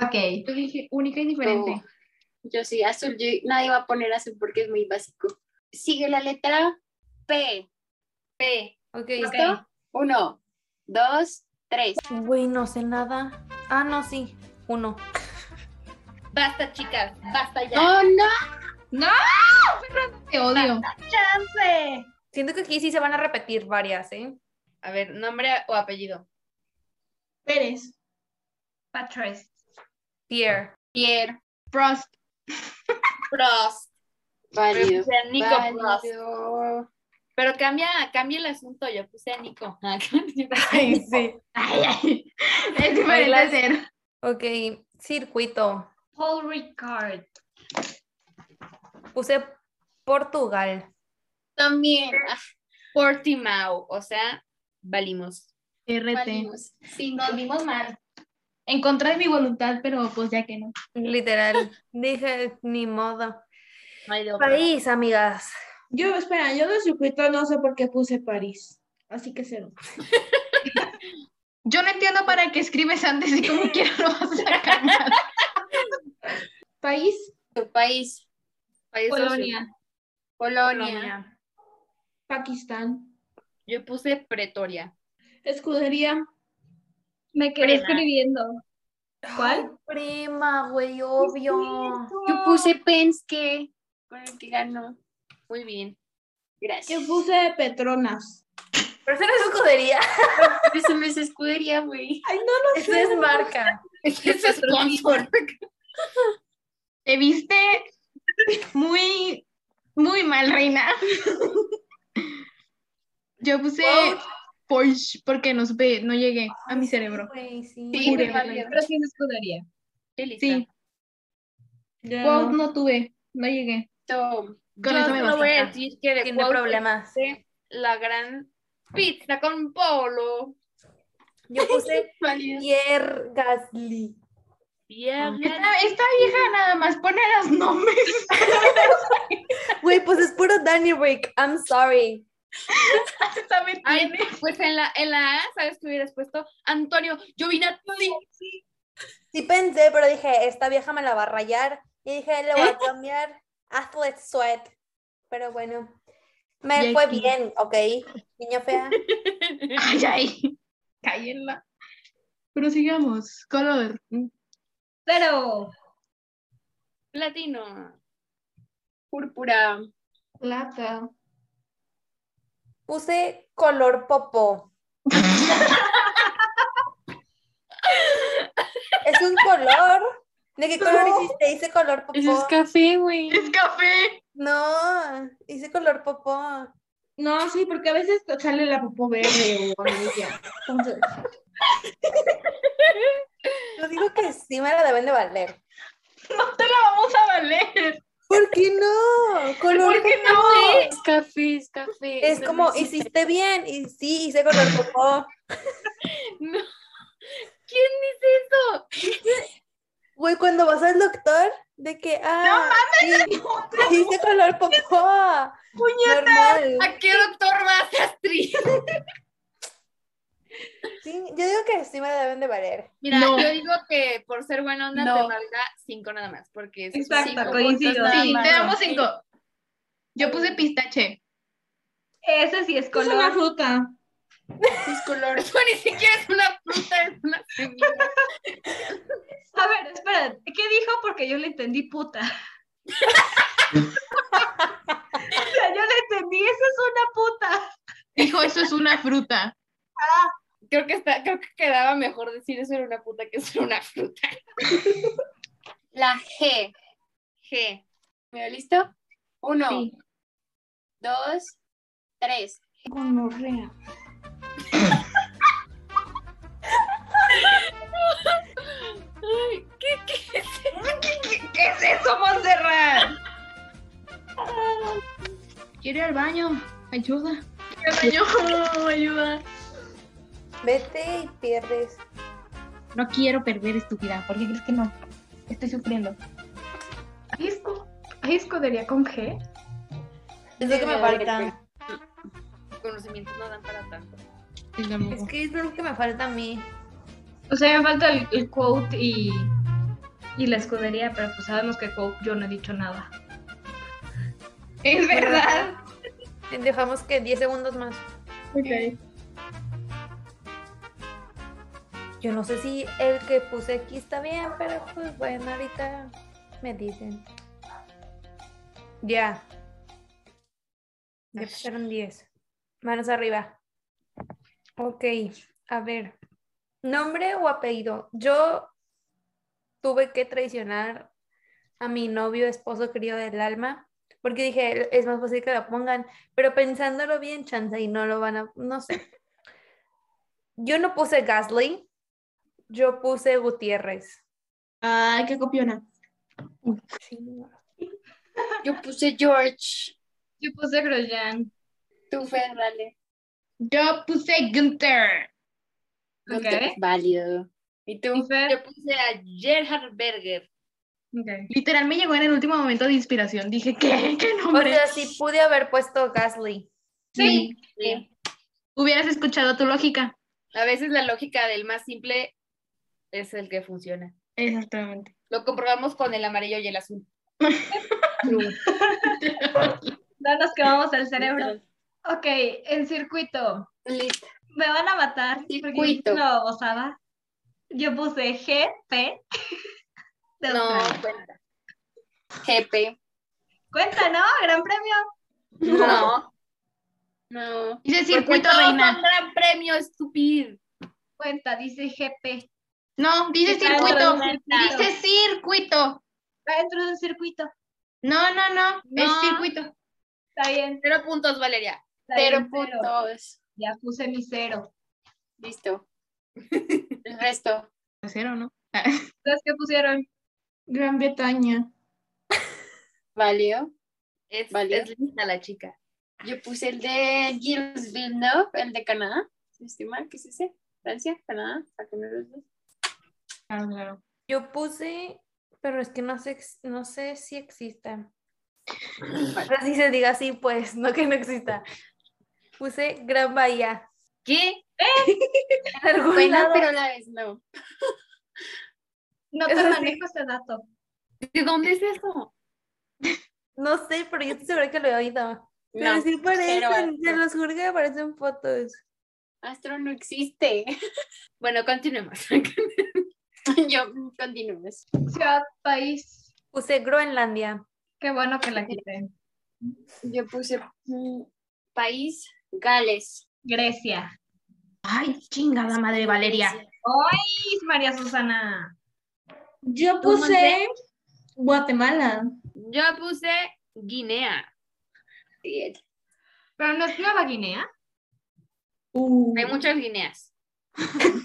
Speaker 8: Ok.
Speaker 7: Yo dije única y diferente.
Speaker 4: Yo sí, azul. yo- nadie va a poner azul porque es muy básico. Sigue la letra P.
Speaker 9: P.
Speaker 5: Ok.
Speaker 4: ¿Listo? Uno, dos, tres.
Speaker 5: Güey, no sé nada. Ah, no, sí. Uno.
Speaker 9: Basta, chicas. Basta ya.
Speaker 4: ¡Oh, no!
Speaker 7: Te odio.
Speaker 5: Siento que aquí sí se van a repetir varias, ¿eh?
Speaker 9: A ver, nombre o apellido.
Speaker 10: Pérez.
Speaker 8: Patres.
Speaker 5: Pierre.
Speaker 4: Pierre.
Speaker 7: Frost.
Speaker 9: Prost. Yo
Speaker 4: Válido.
Speaker 9: puse a Nico Prost.
Speaker 4: Válido.
Speaker 9: Pero cambia, cambia el asunto. Yo puse a Nico. Ah,
Speaker 5: Ay, sí.
Speaker 7: Ay, ay. Es diferente
Speaker 5: Bailas.
Speaker 7: ser.
Speaker 5: Ok. Circuito.
Speaker 8: Paul Ricard.
Speaker 5: Puse Portugal.
Speaker 4: También. Ah,
Speaker 9: Portimao. O sea, valimos.
Speaker 7: RT.
Speaker 4: valimos. Sí,
Speaker 7: Nos vimos mal. En contra de mi voluntad, pero pues ya que no.
Speaker 5: Literal. Dije, ni modo.
Speaker 9: No hay de otra.
Speaker 5: País, amigas.
Speaker 10: Yo, espera, yo de circuito no sé por qué puse París. Así que cero.
Speaker 7: Yo no entiendo para qué escribes antes y como quiero lo vas a cambiar.
Speaker 10: País,
Speaker 4: tu país.
Speaker 9: País
Speaker 8: Polonia.
Speaker 4: Polonia.
Speaker 9: Polonia.
Speaker 10: Pakistán.
Speaker 9: Yo puse Pretoria.
Speaker 10: Escudería.
Speaker 8: Me quedé
Speaker 9: Frena.
Speaker 8: escribiendo.
Speaker 10: Ah.
Speaker 8: ¿Cuál?
Speaker 5: Prima, güey, obvio.
Speaker 4: Yo puse Penske con el que ganó.
Speaker 9: Muy bien.
Speaker 4: Gracias.
Speaker 10: Yo puse Petronas.
Speaker 5: Pero eso no es escudería.
Speaker 4: Eso no es escudería, güey.
Speaker 5: Eso es marca.
Speaker 9: Ese es sponsor.
Speaker 7: Te viste muy, muy mal, reina. Yo puse Porsche porque no supe, no llegué a mi cerebro.
Speaker 5: Güey, sí.
Speaker 4: Sí,
Speaker 7: Jure.
Speaker 4: valió.
Speaker 8: Pero sí me escudería.
Speaker 9: Qué lista.
Speaker 7: Sí, Quote no tuve, no llegué.
Speaker 4: Tom.
Speaker 7: Con
Speaker 9: Yo
Speaker 7: eso me
Speaker 9: solo voy a
Speaker 7: basta.
Speaker 9: decir que de
Speaker 5: Tiene
Speaker 9: Cuautla
Speaker 5: problemas.
Speaker 9: hice la gran pizza con polo.
Speaker 5: Yo puse
Speaker 4: Válido.
Speaker 5: Pierre Gasly.
Speaker 9: Pierre.
Speaker 7: Esta, esta vieja nada más pone los nombres.
Speaker 5: Güey, pues es puro Danny Rick. I'm sorry.
Speaker 7: Esta me
Speaker 9: Ay,
Speaker 7: tiene.
Speaker 9: pues en la, en la A, ¿sabes que hubieras puesto? Antonio, yo vine a ti.
Speaker 5: Sí pensé, pero dije, esta vieja me la va a rayar. Y dije, le voy a cambiar Athlete Sweat. Pero bueno, me
Speaker 7: Y
Speaker 5: fue
Speaker 7: aquí-
Speaker 5: bien, ¿ok? Niña fea.
Speaker 7: Ay, ay. Cállenla. Pero sigamos. Color.
Speaker 8: Pero
Speaker 9: Platino.
Speaker 4: Púrpura.
Speaker 10: Plata.
Speaker 5: Puse color popó. es un color. ¿De qué color hiciste? Hice color popó.
Speaker 4: Eso es café, güey.
Speaker 7: Es café.
Speaker 5: No, hice color popó.
Speaker 10: No, sí, porque a veces sale la popó verde o amarilla. Entonces,
Speaker 5: Yo digo que sí me la deben de valer.
Speaker 7: No te la vamos a valer.
Speaker 5: ¿Por qué no? Color
Speaker 7: ¿Por qué no?
Speaker 4: Es café, es café.
Speaker 5: Es
Speaker 4: Eso
Speaker 5: como,
Speaker 4: no existe.
Speaker 5: hiciste bien, y sí, hice color popó.
Speaker 9: ¿Quién dice eso?
Speaker 5: Güey, cuando vas al doctor, de que, ah, sí, dice color popó.
Speaker 11: ¡Puñetas!
Speaker 5: Normal.
Speaker 9: ¿A qué doctor vas, Astrid?
Speaker 5: Sí, yo digo que sí me deben de valer.
Speaker 9: Mira,
Speaker 11: No.
Speaker 9: yo digo que por ser buena onda te
Speaker 4: No.
Speaker 9: valga cinco nada más, porque es
Speaker 11: Exacto,
Speaker 9: cinco
Speaker 11: coincido.
Speaker 9: puntos nada
Speaker 11: Sí,
Speaker 9: más.
Speaker 11: te damos cinco. Yo puse pistache.
Speaker 7: Ese sí es color.
Speaker 11: fruta.
Speaker 4: Sus colores.
Speaker 9: Tú ni siquiera es una fruta, es una semilla.
Speaker 7: A ver, espera, ¿qué dijo? Porque yo le entendí puta. o sea, yo le entendí, esa es una puta.
Speaker 11: Dijo, eso es una fruta.
Speaker 9: Creo que, está, creo que quedaba mejor decir eso era una puta que eso era una fruta.
Speaker 4: La G.
Speaker 9: G.
Speaker 4: ¿Me listo? Uno,
Speaker 7: Sí.
Speaker 4: dos, tres.
Speaker 7: Gonorrea.
Speaker 9: Ay, ¿Qué, qué es
Speaker 11: ¿Qué es eso, Montserrat? Quiero ir al baño. Ayuda. Quiero ir al baño. Ayuda.
Speaker 5: Vete y pierdes.
Speaker 11: No quiero perder estúpida. ¿Por qué crees que no? Estoy sufriendo.
Speaker 7: Jalisco. ¿Hay escudería con G?
Speaker 5: Es lo que me falta.
Speaker 9: Conocimientos no dan para tanto.
Speaker 5: Es que es lo que me falta a mí.
Speaker 7: O sea, me falta el, el quote y, y la escudería, pero pues sabemos que quote yo no he dicho nada.
Speaker 11: Es verdad.
Speaker 5: Dejamos que 10 segundos más. Yo no sé si el que puse aquí está bien, pero pues bueno, ahorita me dicen. Ya. Ya pasaron 10. Manos arriba. Ok, a ver. ¿Nombre o apellido? Yo tuve que traicionar a mi novio, esposo querido del alma, porque dije, es más fácil que lo pongan, pero pensándolo bien, chance y no lo van a, no sé. Yo no puse Gasly, yo puse Gutiérrez.
Speaker 11: Ay, qué copiona.
Speaker 4: Yo puse George.
Speaker 7: Yo puse Grosjean.
Speaker 4: Tú, Ferrale.
Speaker 11: Yo puse Günther.
Speaker 4: No
Speaker 7: Ok.
Speaker 4: te- es válido. ¿Y tú?
Speaker 7: ¿Y Fer?
Speaker 9: Yo puse a Gerhard Berger.
Speaker 7: Ok.
Speaker 11: Literal me llegó en el último momento de inspiración. Dije, ¿qué? ¿Qué
Speaker 5: O
Speaker 11: nombre?
Speaker 5: sea, sí pude haber puesto Gasly.
Speaker 11: sí.
Speaker 9: Sí.
Speaker 11: Hubieras escuchado tu lógica.
Speaker 9: A veces la lógica del más simple es el que funciona.
Speaker 11: Exactamente.
Speaker 9: Lo comprobamos con el amarillo y el azul.
Speaker 7: No nos quemamos el cerebro. Ok, en circuito.
Speaker 4: Listo.
Speaker 7: Me van a matar. porque yo hice
Speaker 4: Circuito.
Speaker 7: Una babosada. Yo puse GP. De
Speaker 9: No,
Speaker 7: Australia.
Speaker 9: cuenta.
Speaker 4: GP.
Speaker 7: Cuenta, ¿no? Gran premio.
Speaker 9: No.
Speaker 4: No.
Speaker 11: Dice
Speaker 9: Porque
Speaker 11: circuito
Speaker 9: todos son
Speaker 11: reina.
Speaker 9: gran premio, estúpido.
Speaker 7: Cuenta, dice GP.
Speaker 11: No, dice
Speaker 7: Está
Speaker 11: circuito.
Speaker 7: dentro de un circuito.
Speaker 11: Dice circuito.
Speaker 7: Está dentro de un circuito.
Speaker 11: No, no, no.
Speaker 9: No.
Speaker 11: Es circuito.
Speaker 7: Está bien.
Speaker 9: Cero puntos, Valeria.
Speaker 7: Está
Speaker 4: Cero
Speaker 7: bien,
Speaker 4: puntos.
Speaker 7: Ya puse mi cero.
Speaker 4: Listo. El resto.
Speaker 11: Cero, ¿no?
Speaker 7: ¿Ustedes qué pusieron?
Speaker 11: Gran Bretaña.
Speaker 4: Válido.
Speaker 9: Es,
Speaker 4: Vale.
Speaker 9: es lista la chica.
Speaker 4: Yo puse el de Gilles Villeneuve, el de Canadá. Si no estoy mal, ¿qué es ese? Francia, Canadá. sáquenme los dos.
Speaker 11: Ah, claro.
Speaker 5: Yo puse, pero es que no sé, ex- no sé si exista. Ahora sí se diga así, pues, no que no exista. Puse Gran Bahía.
Speaker 9: ¿Qué?
Speaker 5: En algún
Speaker 4: Buena,
Speaker 5: lado.
Speaker 4: pero a la vez no.
Speaker 7: No te
Speaker 5: Eso sí.
Speaker 7: manejo ese dato.
Speaker 9: ¿De dónde es eso?
Speaker 5: No sé, pero yo estoy segura que lo he oído. Pero
Speaker 4: No.
Speaker 5: sí parecen, te
Speaker 4: asco.
Speaker 5: los juro que aparecen fotos.
Speaker 4: Astro no existe.
Speaker 9: Bueno, continuemos.
Speaker 4: Yo continuemos.
Speaker 7: Ciudad, país.
Speaker 5: Puse Groenlandia.
Speaker 7: Qué bueno que la quité.
Speaker 4: Yo puse mm, país Gales.
Speaker 7: Grecia.
Speaker 11: Ay, chingada madre Valeria.
Speaker 7: ¡Ay, María Susana!
Speaker 11: Yo
Speaker 9: puse
Speaker 11: Guatemala.
Speaker 9: Yo puse Guinea.
Speaker 4: Bien.
Speaker 7: ¿Pero no es Nueva Guinea?
Speaker 10: Uh,
Speaker 9: Hay muchas Guineas.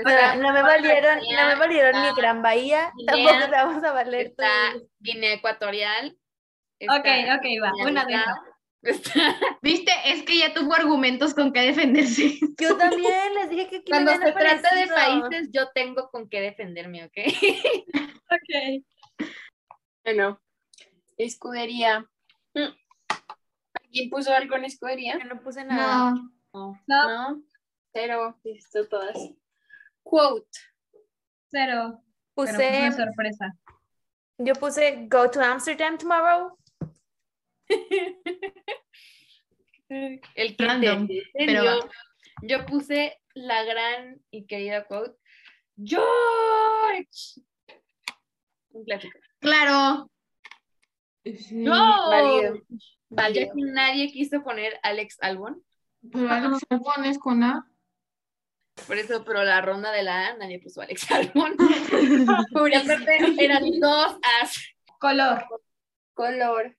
Speaker 5: O sea,
Speaker 9: Está
Speaker 5: no me valieron, no me
Speaker 9: Guinea,
Speaker 5: valieron ni
Speaker 9: está
Speaker 5: Gran Bahía, tampoco te vamos a valer
Speaker 9: está
Speaker 5: tu-
Speaker 9: Guinea Ecuatorial.
Speaker 7: Ok, ok, va. Una de
Speaker 9: Guinea-Bissau,
Speaker 7: esas. ¿Viste? Es que ya tuvo argumentos con qué defenderse.
Speaker 5: Yo también les dije que
Speaker 9: Cuando se trata de países, yo tengo con qué defenderme, ¿ok?
Speaker 8: Ok.
Speaker 4: Bueno, escudería. Mm. ¿Alguien puso algo en escudería?
Speaker 5: Yo no puse nada.
Speaker 7: No.
Speaker 4: No.
Speaker 8: No.
Speaker 4: Cero, listo, todas. Quote.
Speaker 8: Cero. pero
Speaker 5: puse,
Speaker 8: fue una sorpresa.
Speaker 5: yo puse go to Amsterdam tomorrow.
Speaker 9: El que
Speaker 7: Random,
Speaker 9: te- en
Speaker 7: pero
Speaker 9: serio, yo puse la gran y querida quote, George. Un clásico.
Speaker 7: Claro.
Speaker 9: No.
Speaker 4: Válido.
Speaker 9: Ya
Speaker 4: Válido.
Speaker 9: que nadie quiso poner Alex Albon,
Speaker 7: Pero Alex, ¿no pones con A?
Speaker 9: por eso, pero la ronda de la A nadie puso Alex Albon. Y aparte, eran dos as,
Speaker 8: Color.
Speaker 4: Color.
Speaker 9: color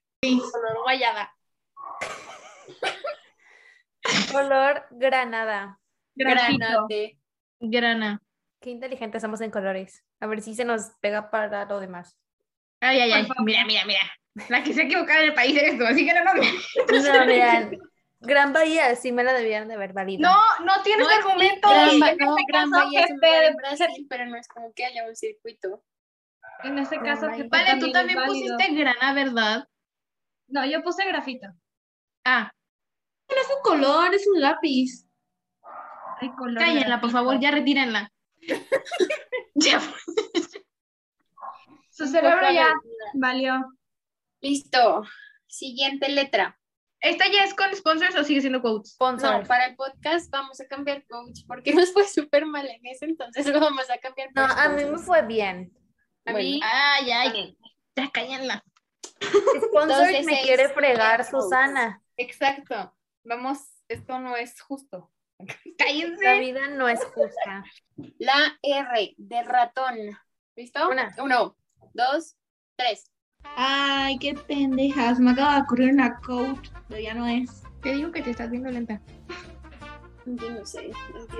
Speaker 9: guayaba.
Speaker 5: Color granada.
Speaker 8: Grafito.
Speaker 4: Granate.
Speaker 7: Grana.
Speaker 5: Qué inteligentes somos en colores. A ver si se nos pega para lo demás.
Speaker 7: Ay, ay, ay. Mira, mira, mira. La que se ha equivocado en el país eres tú, así que no, no.
Speaker 5: No, vean. Gran Bahía, sí me la debían de haber valido.
Speaker 7: No, no tienes
Speaker 4: No, es que
Speaker 7: argumento.
Speaker 4: Gran,
Speaker 7: En
Speaker 4: Ba-
Speaker 7: este
Speaker 4: no, Gran
Speaker 7: caso, este,
Speaker 4: Bahía es
Speaker 7: qué
Speaker 4: un lugar en
Speaker 7: pedo.
Speaker 4: Brasil, pero no es como que haya un circuito.
Speaker 8: En este caso, que
Speaker 7: Vale, tú también
Speaker 8: es válido.
Speaker 7: pusiste grana, ¿verdad?
Speaker 8: No, yo puse grafito.
Speaker 7: Ah. No es un color, es un lápiz.
Speaker 8: Ay, color.
Speaker 7: Cállenla, por favor, ya retírenla. ya.
Speaker 8: Su cerebro ya valió.
Speaker 4: Listo. Siguiente letra.
Speaker 7: ¿Esta ya es con sponsors o sigue siendo quotes?
Speaker 5: Sponsor.
Speaker 4: No, para el podcast vamos a cambiar coach porque nos fue súper mal en ese, entonces lo vamos a cambiar.
Speaker 5: No,
Speaker 4: por
Speaker 5: a mí me
Speaker 4: sponsors.
Speaker 5: fue bien.
Speaker 9: A mí,
Speaker 7: Ay, ay,
Speaker 9: también.
Speaker 7: ya cállenla.
Speaker 5: Sponsor
Speaker 4: Entonces
Speaker 5: me
Speaker 4: es
Speaker 5: quiere fregar,
Speaker 4: Coke.
Speaker 5: Susana.
Speaker 9: Mm, exacto. Vamos, esto no es justo.
Speaker 5: La
Speaker 7: Cállense.
Speaker 5: vida no es justa.
Speaker 4: La R de ratón. ¿Listo?
Speaker 5: Una.
Speaker 4: Uno, dos, tres.
Speaker 7: Ay, qué pendejas. Me acaba de ocurrir una coach, pero ya no es. Te digo que te estás viendo lenta.
Speaker 4: Yo no sé.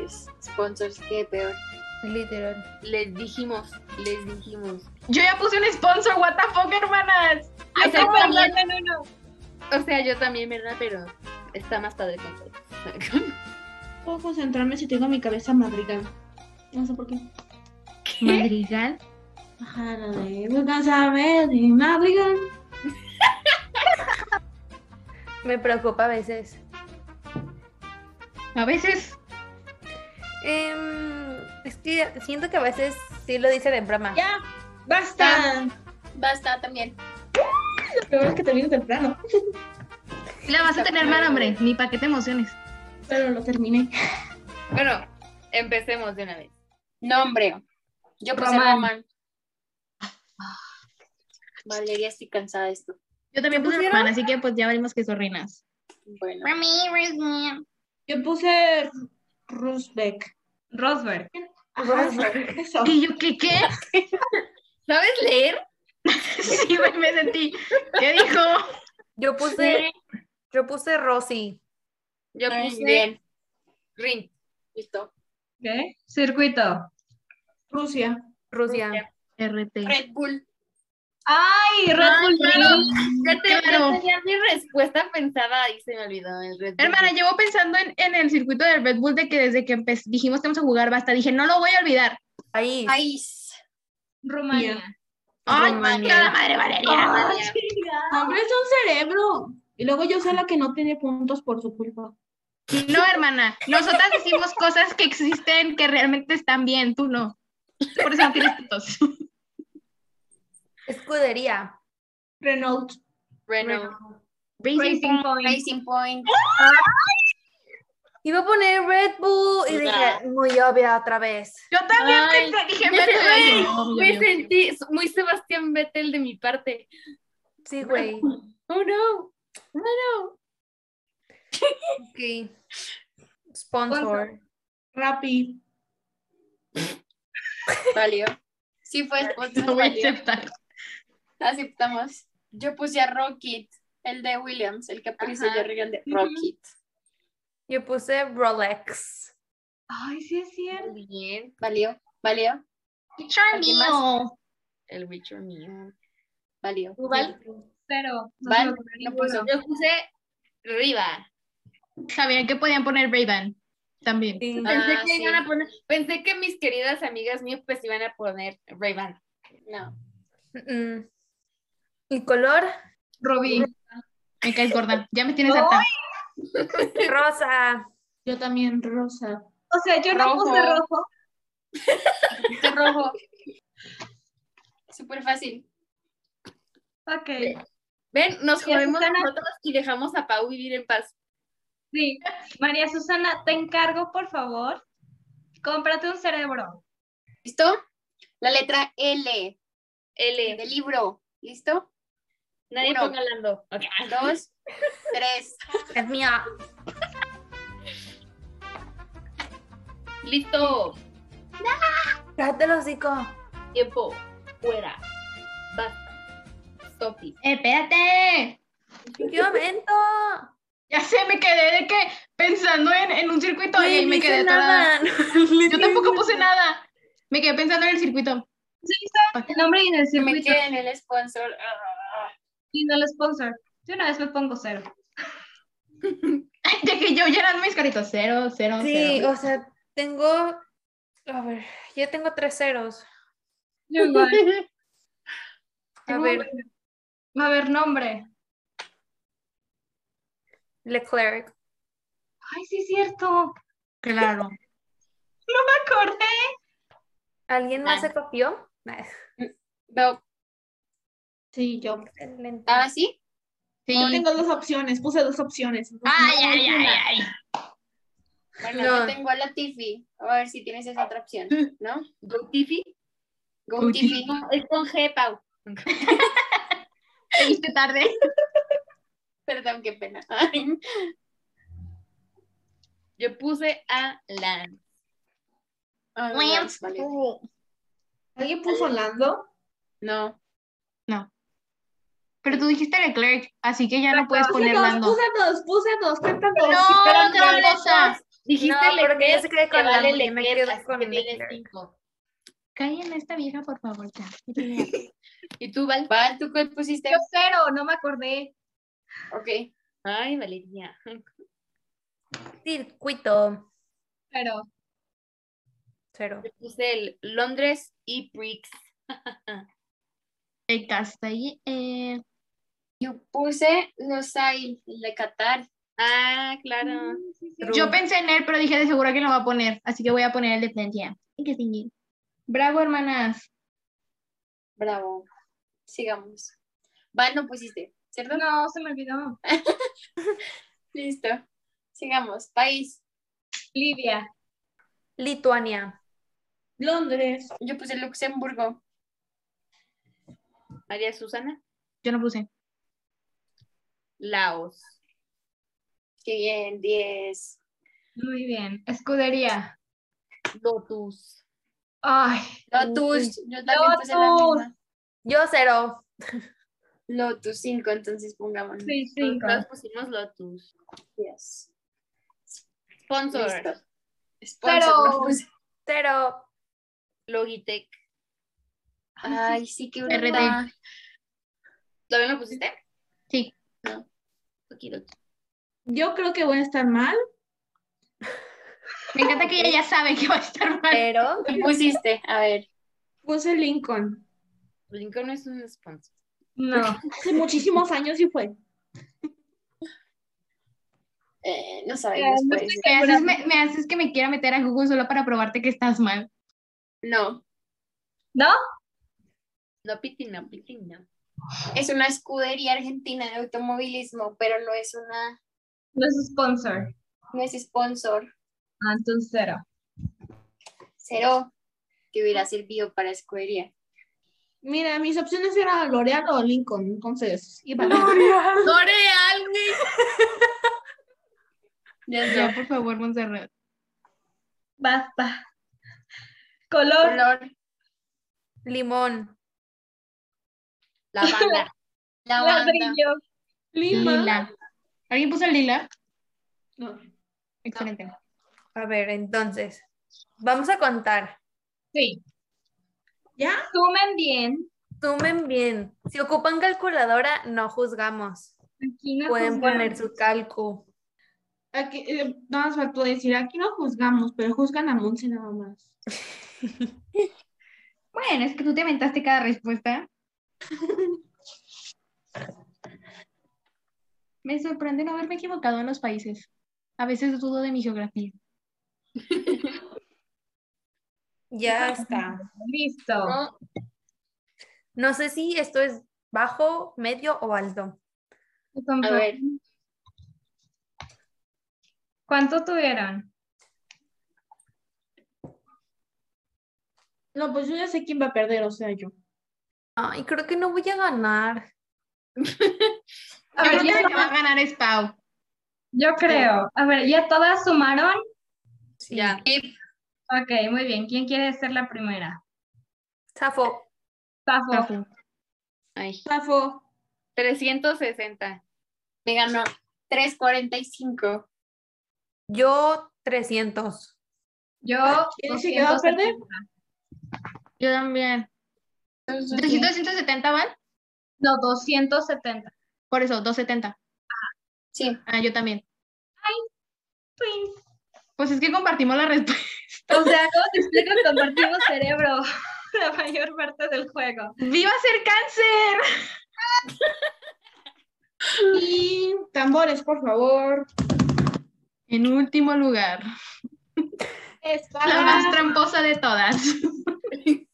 Speaker 4: es Sponsors, qué peor.
Speaker 5: Literal.
Speaker 9: Les dijimos, les dijimos.
Speaker 7: Yo ya puse un sponsor, what the fuck, hermanas.
Speaker 9: O sea,
Speaker 7: Ay,
Speaker 9: yo
Speaker 7: ¿cómo
Speaker 9: también,
Speaker 7: no, no, no.
Speaker 9: o sea, yo también, ¿verdad? Pero está más padre con todos.
Speaker 7: Puedo concentrarme si tengo mi cabeza madrigal. No sé por qué. ¿Madrigal? Ajá, la de no cansarme de madrigal.
Speaker 5: Me preocupa a veces.
Speaker 7: A veces.
Speaker 5: Em, es que siento que a veces sí lo dicen en broma.
Speaker 7: Ya. Basta.
Speaker 4: Basta también.
Speaker 7: Lo peor es que termino temprano. La vas a tener mal, hombre. Ni para que te emociones. Pero lo terminé.
Speaker 9: Bueno, empecemos de una vez.
Speaker 4: Nombre. Yo puse
Speaker 8: Román.
Speaker 4: Román. Valeria, estoy cansada de esto.
Speaker 7: Yo también puse
Speaker 5: pusieron?
Speaker 7: Román, así que pues ya veremos que sorrinas.
Speaker 4: Bueno.
Speaker 10: Yo puse Rusbeck.
Speaker 8: Rosberg.
Speaker 10: Eso.
Speaker 7: ¿Y yo qué qué?
Speaker 9: ¿Sabes leer?
Speaker 7: Sí, güey, me sentí. ¿Qué dijo?
Speaker 5: Yo puse, yo puse Rosy.
Speaker 9: Yo
Speaker 4: Muy
Speaker 9: puse
Speaker 4: bien.
Speaker 9: ring.
Speaker 4: Listo.
Speaker 8: ¿Qué? Circuito.
Speaker 10: Rusia.
Speaker 5: Rusia.
Speaker 7: RT.
Speaker 4: Red Bull.
Speaker 8: Ay, Red Bull Ring.
Speaker 9: Ya, te, ya
Speaker 7: Claro.
Speaker 9: tenía mi respuesta pensada y se me olvidó el Red Bull.
Speaker 7: Hermana, llevo pensando en, en el circuito del Red Bull de que desde que empe- dijimos que vamos a jugar basta, dije, no lo voy a olvidar.
Speaker 5: Ahí.
Speaker 4: País.
Speaker 8: Rumania.
Speaker 7: ¡Ay,
Speaker 4: Rumania.
Speaker 7: cada madre Valeria!
Speaker 10: Ay, hombre, es un cerebro. Y luego yo soy la que no tiene puntos por su culpa.
Speaker 7: No, hermana, nosotras decimos cosas que existen que realmente están bien, tú no. Por eso no tienes puntos.
Speaker 5: Escudería.
Speaker 10: Renault.
Speaker 9: Renault.
Speaker 8: Racing Point.
Speaker 4: Racing Point.
Speaker 5: Iba a poner Red Bull y dije, muy obvia otra vez.
Speaker 7: Yo también
Speaker 9: Ay,
Speaker 7: pensé, dije,
Speaker 9: me,
Speaker 7: me
Speaker 9: sentí- me sentí muy Sebastián Vettel de mi parte.
Speaker 5: Sí, güey.
Speaker 9: Oh no. Oh no.
Speaker 5: Ok. Sponsor.
Speaker 10: Rappi.
Speaker 4: Valió. Sí fue sponsor.
Speaker 7: No voy a
Speaker 4: valió.
Speaker 7: aceptar.
Speaker 4: Aceptamos. Yo puse a Rocket, el de Williams, el que apareció
Speaker 9: Ajá.
Speaker 4: yo de Rocket.
Speaker 5: Yo puse Rolex.
Speaker 8: Ay, sí es cierto.
Speaker 9: Muy bien.
Speaker 4: Valió, valió, ¿Alguien más?
Speaker 7: Charmio.
Speaker 9: El Witcher mío.
Speaker 4: valió.
Speaker 9: ¿Tú, Val?
Speaker 8: Cero. No
Speaker 4: Val,
Speaker 8: se me ocurrió
Speaker 4: no puso.
Speaker 8: ninguno.
Speaker 9: Yo puse
Speaker 8: Riva.
Speaker 7: Javier, que podían poner Raven también.
Speaker 8: Pensé
Speaker 9: Ah,
Speaker 8: que iban a poner- pensé que mis queridas amigas mías pues iban a poner Ray-Ban. No.
Speaker 5: Mm. ¿Y color?
Speaker 7: Robin. Me caes gorda. Ya me tienes harta.
Speaker 5: Rosa.
Speaker 7: Yo también, Rosa.
Speaker 9: O sea, yo no puse
Speaker 4: Rojo.
Speaker 9: rojo.
Speaker 4: Este rojo. Súper fácil.
Speaker 9: Ok.
Speaker 8: Ven, nos
Speaker 9: María
Speaker 8: jodemos
Speaker 9: Susana.
Speaker 8: nosotros y dejamos a Pau vivir en paz.
Speaker 9: Sí. María Susana, te encargo, por favor. Cómprate un cerebro.
Speaker 4: ¿Listo? La letra L
Speaker 8: L.
Speaker 4: de libro. ¿Listo?
Speaker 8: Nadie
Speaker 4: Uno.
Speaker 8: ponga Lando. Ok.
Speaker 4: Dos, tres.
Speaker 5: Es mía.
Speaker 8: Listo.
Speaker 5: Cállate el hocico.
Speaker 8: Tiempo. Fuera. Basta. Topi.
Speaker 7: Espérate.
Speaker 5: ¡Qué momento!
Speaker 7: Ya sé, me quedé de que pensando en, en un circuito
Speaker 5: No,
Speaker 7: y me
Speaker 5: hice
Speaker 7: quedé atorada.
Speaker 5: nada.
Speaker 7: Yo tampoco puse nada. Me quedé pensando en el circuito.
Speaker 9: El nombre y el
Speaker 4: Me
Speaker 9: circuito
Speaker 4: quedé en el sponsor. Ah.
Speaker 9: y no el sponsor. Yo una vez me pongo cero.
Speaker 7: De que yo ya eran mis caritos. Cero, cero,
Speaker 5: Sí,
Speaker 7: cero.
Speaker 5: o sea, tengo. A ver, yo tengo tres ceros.
Speaker 9: Yo igual.
Speaker 5: A ver,
Speaker 9: Va a haber nombre.
Speaker 5: Leclerc.
Speaker 9: Ay, sí es cierto.
Speaker 7: Claro.
Speaker 9: Me acordé.
Speaker 5: ¿Alguien más se copió?
Speaker 4: Veo-
Speaker 7: Sí, yo.
Speaker 5: Excelente.
Speaker 4: Ah, sí.
Speaker 7: Sí. Ah,
Speaker 9: Yo tengo dos opciones. Puse dos opciones.
Speaker 8: Ay, ay, ay, ay.
Speaker 4: Bueno,
Speaker 5: No.
Speaker 4: yo tengo a la Tiffy. A ver si tienes esa otra opción, ¿no?
Speaker 8: Go Tiffy.
Speaker 4: Go Tiffy.
Speaker 8: Es con G, Pau.
Speaker 7: Te viste tarde.
Speaker 4: Perdón, qué pena. Ay.
Speaker 8: Yo puse a Lan.
Speaker 4: Ay, bueno, vale.
Speaker 9: ¿Alguien puso Lando?
Speaker 4: No.
Speaker 7: Pero tú dijiste Leclerc, así que ya no puedes poner Lando.
Speaker 9: Puse dos, puse dos, cuentan dos.
Speaker 7: pero
Speaker 8: no,
Speaker 7: otra
Speaker 8: no,
Speaker 7: cosa.
Speaker 8: Dijiste
Speaker 5: No, porque
Speaker 8: Leclerc,
Speaker 5: yo se quedé
Speaker 8: que
Speaker 5: con
Speaker 8: vale
Speaker 5: Lando, yo me
Speaker 8: Leclerc,
Speaker 5: quedé
Speaker 8: así
Speaker 5: con
Speaker 8: que tienes
Speaker 5: Leclerc.
Speaker 8: cinco.
Speaker 7: Cállenme esta vieja, por favor, ya.
Speaker 8: ¿Y tú, Val?
Speaker 4: Val, ¿tú qué pusiste?
Speaker 9: Yo cero, no me acordé.
Speaker 4: Ok.
Speaker 8: Ay, Valeria.
Speaker 5: Circuito.
Speaker 9: Pero
Speaker 5: Cero.
Speaker 8: Yo puse el Londres y Briggs.
Speaker 7: El Castañer.
Speaker 4: Yo puse los hay el de Qatar. Mm.
Speaker 8: Ah, claro.
Speaker 7: Yo pensé en él, pero dije de seguro que lo va a poner, así que voy a poner el de Francia. Hay que seguir. Bravo, hermanas.
Speaker 4: Bravo. Sigamos. Val, no pusiste, ¿cierto?
Speaker 9: no, se me olvidó.
Speaker 4: Listo. Sigamos. País.
Speaker 9: Libia.
Speaker 5: Lituania.
Speaker 9: Londres.
Speaker 4: Yo puse Luxemburgo.
Speaker 8: María Susana.
Speaker 7: Yo no puse.
Speaker 8: Laos.
Speaker 4: Qué bien, 10.
Speaker 9: Muy bien. Escudería.
Speaker 8: Lotus.
Speaker 9: Ay,
Speaker 4: Lotus. Yo también puse la
Speaker 9: Lotus.
Speaker 4: misma.
Speaker 5: Yo cero.
Speaker 4: Lotus 5, entonces pongámonos.
Speaker 9: sí, cinco.
Speaker 8: Todos pusimos Lotus.
Speaker 4: Yes.
Speaker 8: Sponsor.
Speaker 4: Listo. Sponsor.
Speaker 9: Pero- pues,
Speaker 4: no puse.
Speaker 5: Cero.
Speaker 8: Logitech.
Speaker 4: Ay, sí, qué
Speaker 7: RT.
Speaker 4: bruta.
Speaker 8: ¿Todavía lo pusiste?
Speaker 7: Sí.
Speaker 8: No. Okidoki.
Speaker 9: Yo creo que voy a estar mal.
Speaker 7: Me encanta que ella ya sabe que va a estar mal.
Speaker 5: Cero.
Speaker 4: ¿Qué pusiste? A ver.
Speaker 9: Puse Lincoln.
Speaker 8: Lincoln no es un sponsor.
Speaker 9: No. Hace muchísimos años y fue.
Speaker 4: eh, no sabemos.
Speaker 9: no
Speaker 4: pues.
Speaker 7: Me haces, me- me haces que me quiera meter a Google solo para probarte que estás mal.
Speaker 4: No.
Speaker 8: No, Piti, no, Piti, no.
Speaker 4: Es una escudería argentina de automovilismo, pero no es una.
Speaker 9: No es sponsor.
Speaker 4: No es sponsor.
Speaker 9: Ah, entonces cero.
Speaker 4: Cero. Que hubiera servido para escudería.
Speaker 9: Mira, mis opciones eran L'Oreal o Lincoln, entonces iba
Speaker 8: ¡L'Oreal, güey!
Speaker 7: Ya, por favor, Montserrat.
Speaker 9: Basta. Color.
Speaker 4: Color.
Speaker 5: Limón.
Speaker 8: La banda.
Speaker 4: La banda.
Speaker 9: Ladrillo. Lima.
Speaker 7: Lila. ¿Alguien puso lila?
Speaker 9: No.
Speaker 7: Excelente.
Speaker 5: A ver, entonces. Vamos a contar.
Speaker 9: Sí. ¿Ya? Sumen bien.
Speaker 5: Sumen bien. Si ocupan calculadora, no juzgamos.
Speaker 7: Aquí no
Speaker 5: Pueden
Speaker 7: juzgamos.
Speaker 5: poner su calco.
Speaker 7: Aquí, eh, nada más faltó decir, aquí no juzgamos, pero juzgan a Monse nada más.
Speaker 9: Bueno, es que tú te inventaste cada respuesta. Me sorprende no haberme equivocado en los países. A veces dudo de mi geografía.
Speaker 5: Ya está.
Speaker 9: Listo.
Speaker 5: No sé si esto es bajo, medio o alto.
Speaker 4: A ver,
Speaker 9: ¿Cuánto tuvieron?
Speaker 7: No, pues yo ya sé quién va a perder, o sea, yo.
Speaker 5: Ay, creo que no voy a ganar.
Speaker 7: A ver,
Speaker 9: ya
Speaker 7: ya que va a ganar es Pau.
Speaker 9: Yo creo. A ver, ¿ya todas sumaron?
Speaker 12: Ya.
Speaker 9: Ok, muy bien. ¿Quién quiere ser la primera?
Speaker 5: Safo.
Speaker 9: Safo.
Speaker 12: Ay,
Speaker 7: Safo.
Speaker 12: 360.
Speaker 4: me ganó 3.45.
Speaker 5: Yo 300.
Speaker 9: Yo.
Speaker 7: ¿Quién se quedó a perder?
Speaker 9: 270.
Speaker 7: Yo también. ¿370 van?
Speaker 9: No, 270.
Speaker 7: Por eso, 270.
Speaker 4: Sí,
Speaker 7: Ah, yo también.
Speaker 9: Twins.
Speaker 7: Pues es que compartimos la respuesta.
Speaker 9: O sea, ¿cómo te explico? Compartimos cerebro la mayor parte del juego.
Speaker 7: ¡Viva ser cáncer! y tambores, por favor. En último lugar.
Speaker 9: Está
Speaker 7: La más tramposa de todas.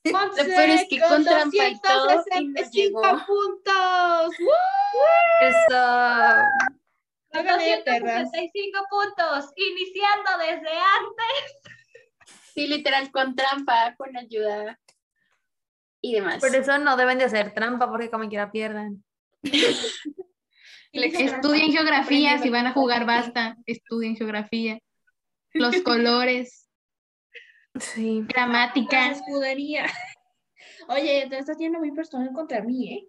Speaker 4: Lo peor es que con trampa y todo, y no llegó.
Speaker 7: puntos.
Speaker 5: Eso.
Speaker 7: Hágale, perras.
Speaker 9: 275 puntos, iniciando desde antes.
Speaker 4: Sí, literal, con trampa, con ayuda y demás.
Speaker 5: Por eso no deben de hacer trampa porque como quiera pierdan.
Speaker 7: Estudien geografía, si van a jugar basta, estudien geografía. Los colores,
Speaker 5: Sí.
Speaker 7: gramática.
Speaker 9: escudería.
Speaker 7: Oye, te estás yendo muy personal contra mí,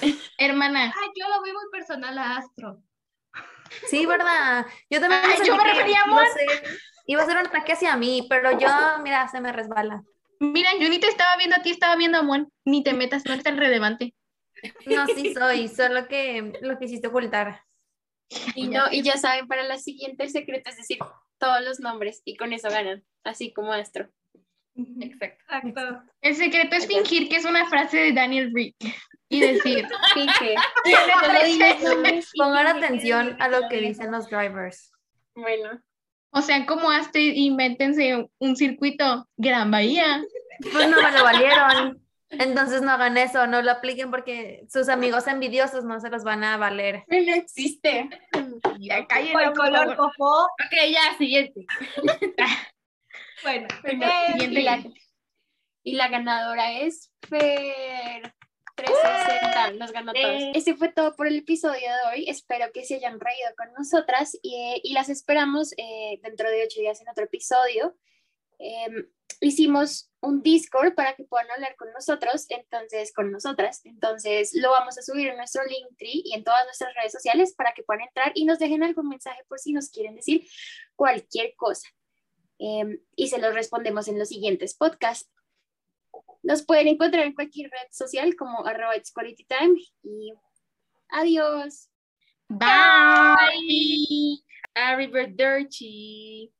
Speaker 7: ¿eh? Hermana.
Speaker 9: Ah, yo lo vi muy personal a Astro.
Speaker 5: Sí, ¿verdad? Yo también.
Speaker 7: Ay, yo me
Speaker 5: sentí que
Speaker 7: refería a
Speaker 5: iba
Speaker 7: Mon.
Speaker 5: ser- Iba a ser un ataque hacia mí, pero yo, mira, se me resbala.
Speaker 7: Mira, yo ni te estaba viendo a ti, estaba viendo a Mon. Ni te metas, no eres tan relevante.
Speaker 5: No, sí soy, solo que lo quisiste ocultar.
Speaker 4: Y, no, y ya saben, para la siguiente el secreto es decir todos los nombres y con eso ganan, así como Astro.
Speaker 12: Exacto.
Speaker 9: Exacto.
Speaker 7: El secreto es fingir que es una frase de Daniel Rick y decir,
Speaker 4: Finge.
Speaker 7: Solo digas
Speaker 5: Pongan atención a lo que dicen los drivers.
Speaker 4: Bueno,
Speaker 7: o sea, como hasta invéntense un circuito Gran Bahía.
Speaker 5: Pues no me lo valieron. Entonces no hagan eso, no lo apliquen porque sus amigos envidiosos no se los van a valer.
Speaker 4: no existe.
Speaker 7: Ya
Speaker 9: Por el color popó.
Speaker 12: Ok, ya, siguiente.
Speaker 9: Bueno,
Speaker 4: Bueno,
Speaker 9: eh,
Speaker 4: y, la, y la ganadora es Fer. 360, nos ganó todos. Eh,
Speaker 9: Eh,
Speaker 4: Ese fue todo por el episodio de hoy. Espero que se hayan reído con nosotras y, eh, y las esperamos eh, dentro de ocho días en otro episodio. Em, hicimos un Discord para que puedan hablar con nosotros, entonces con nosotras. Entonces lo vamos a subir en nuestro Linktree y en todas nuestras redes sociales para que puedan entrar y nos dejen algún mensaje por si nos quieren decir cualquier cosa. Em, y se los respondemos en los siguientes podcasts. Nos pueden encontrar en cualquier red social como arroba It's Quality Time y adiós.
Speaker 7: Bye.
Speaker 12: Arrivederci.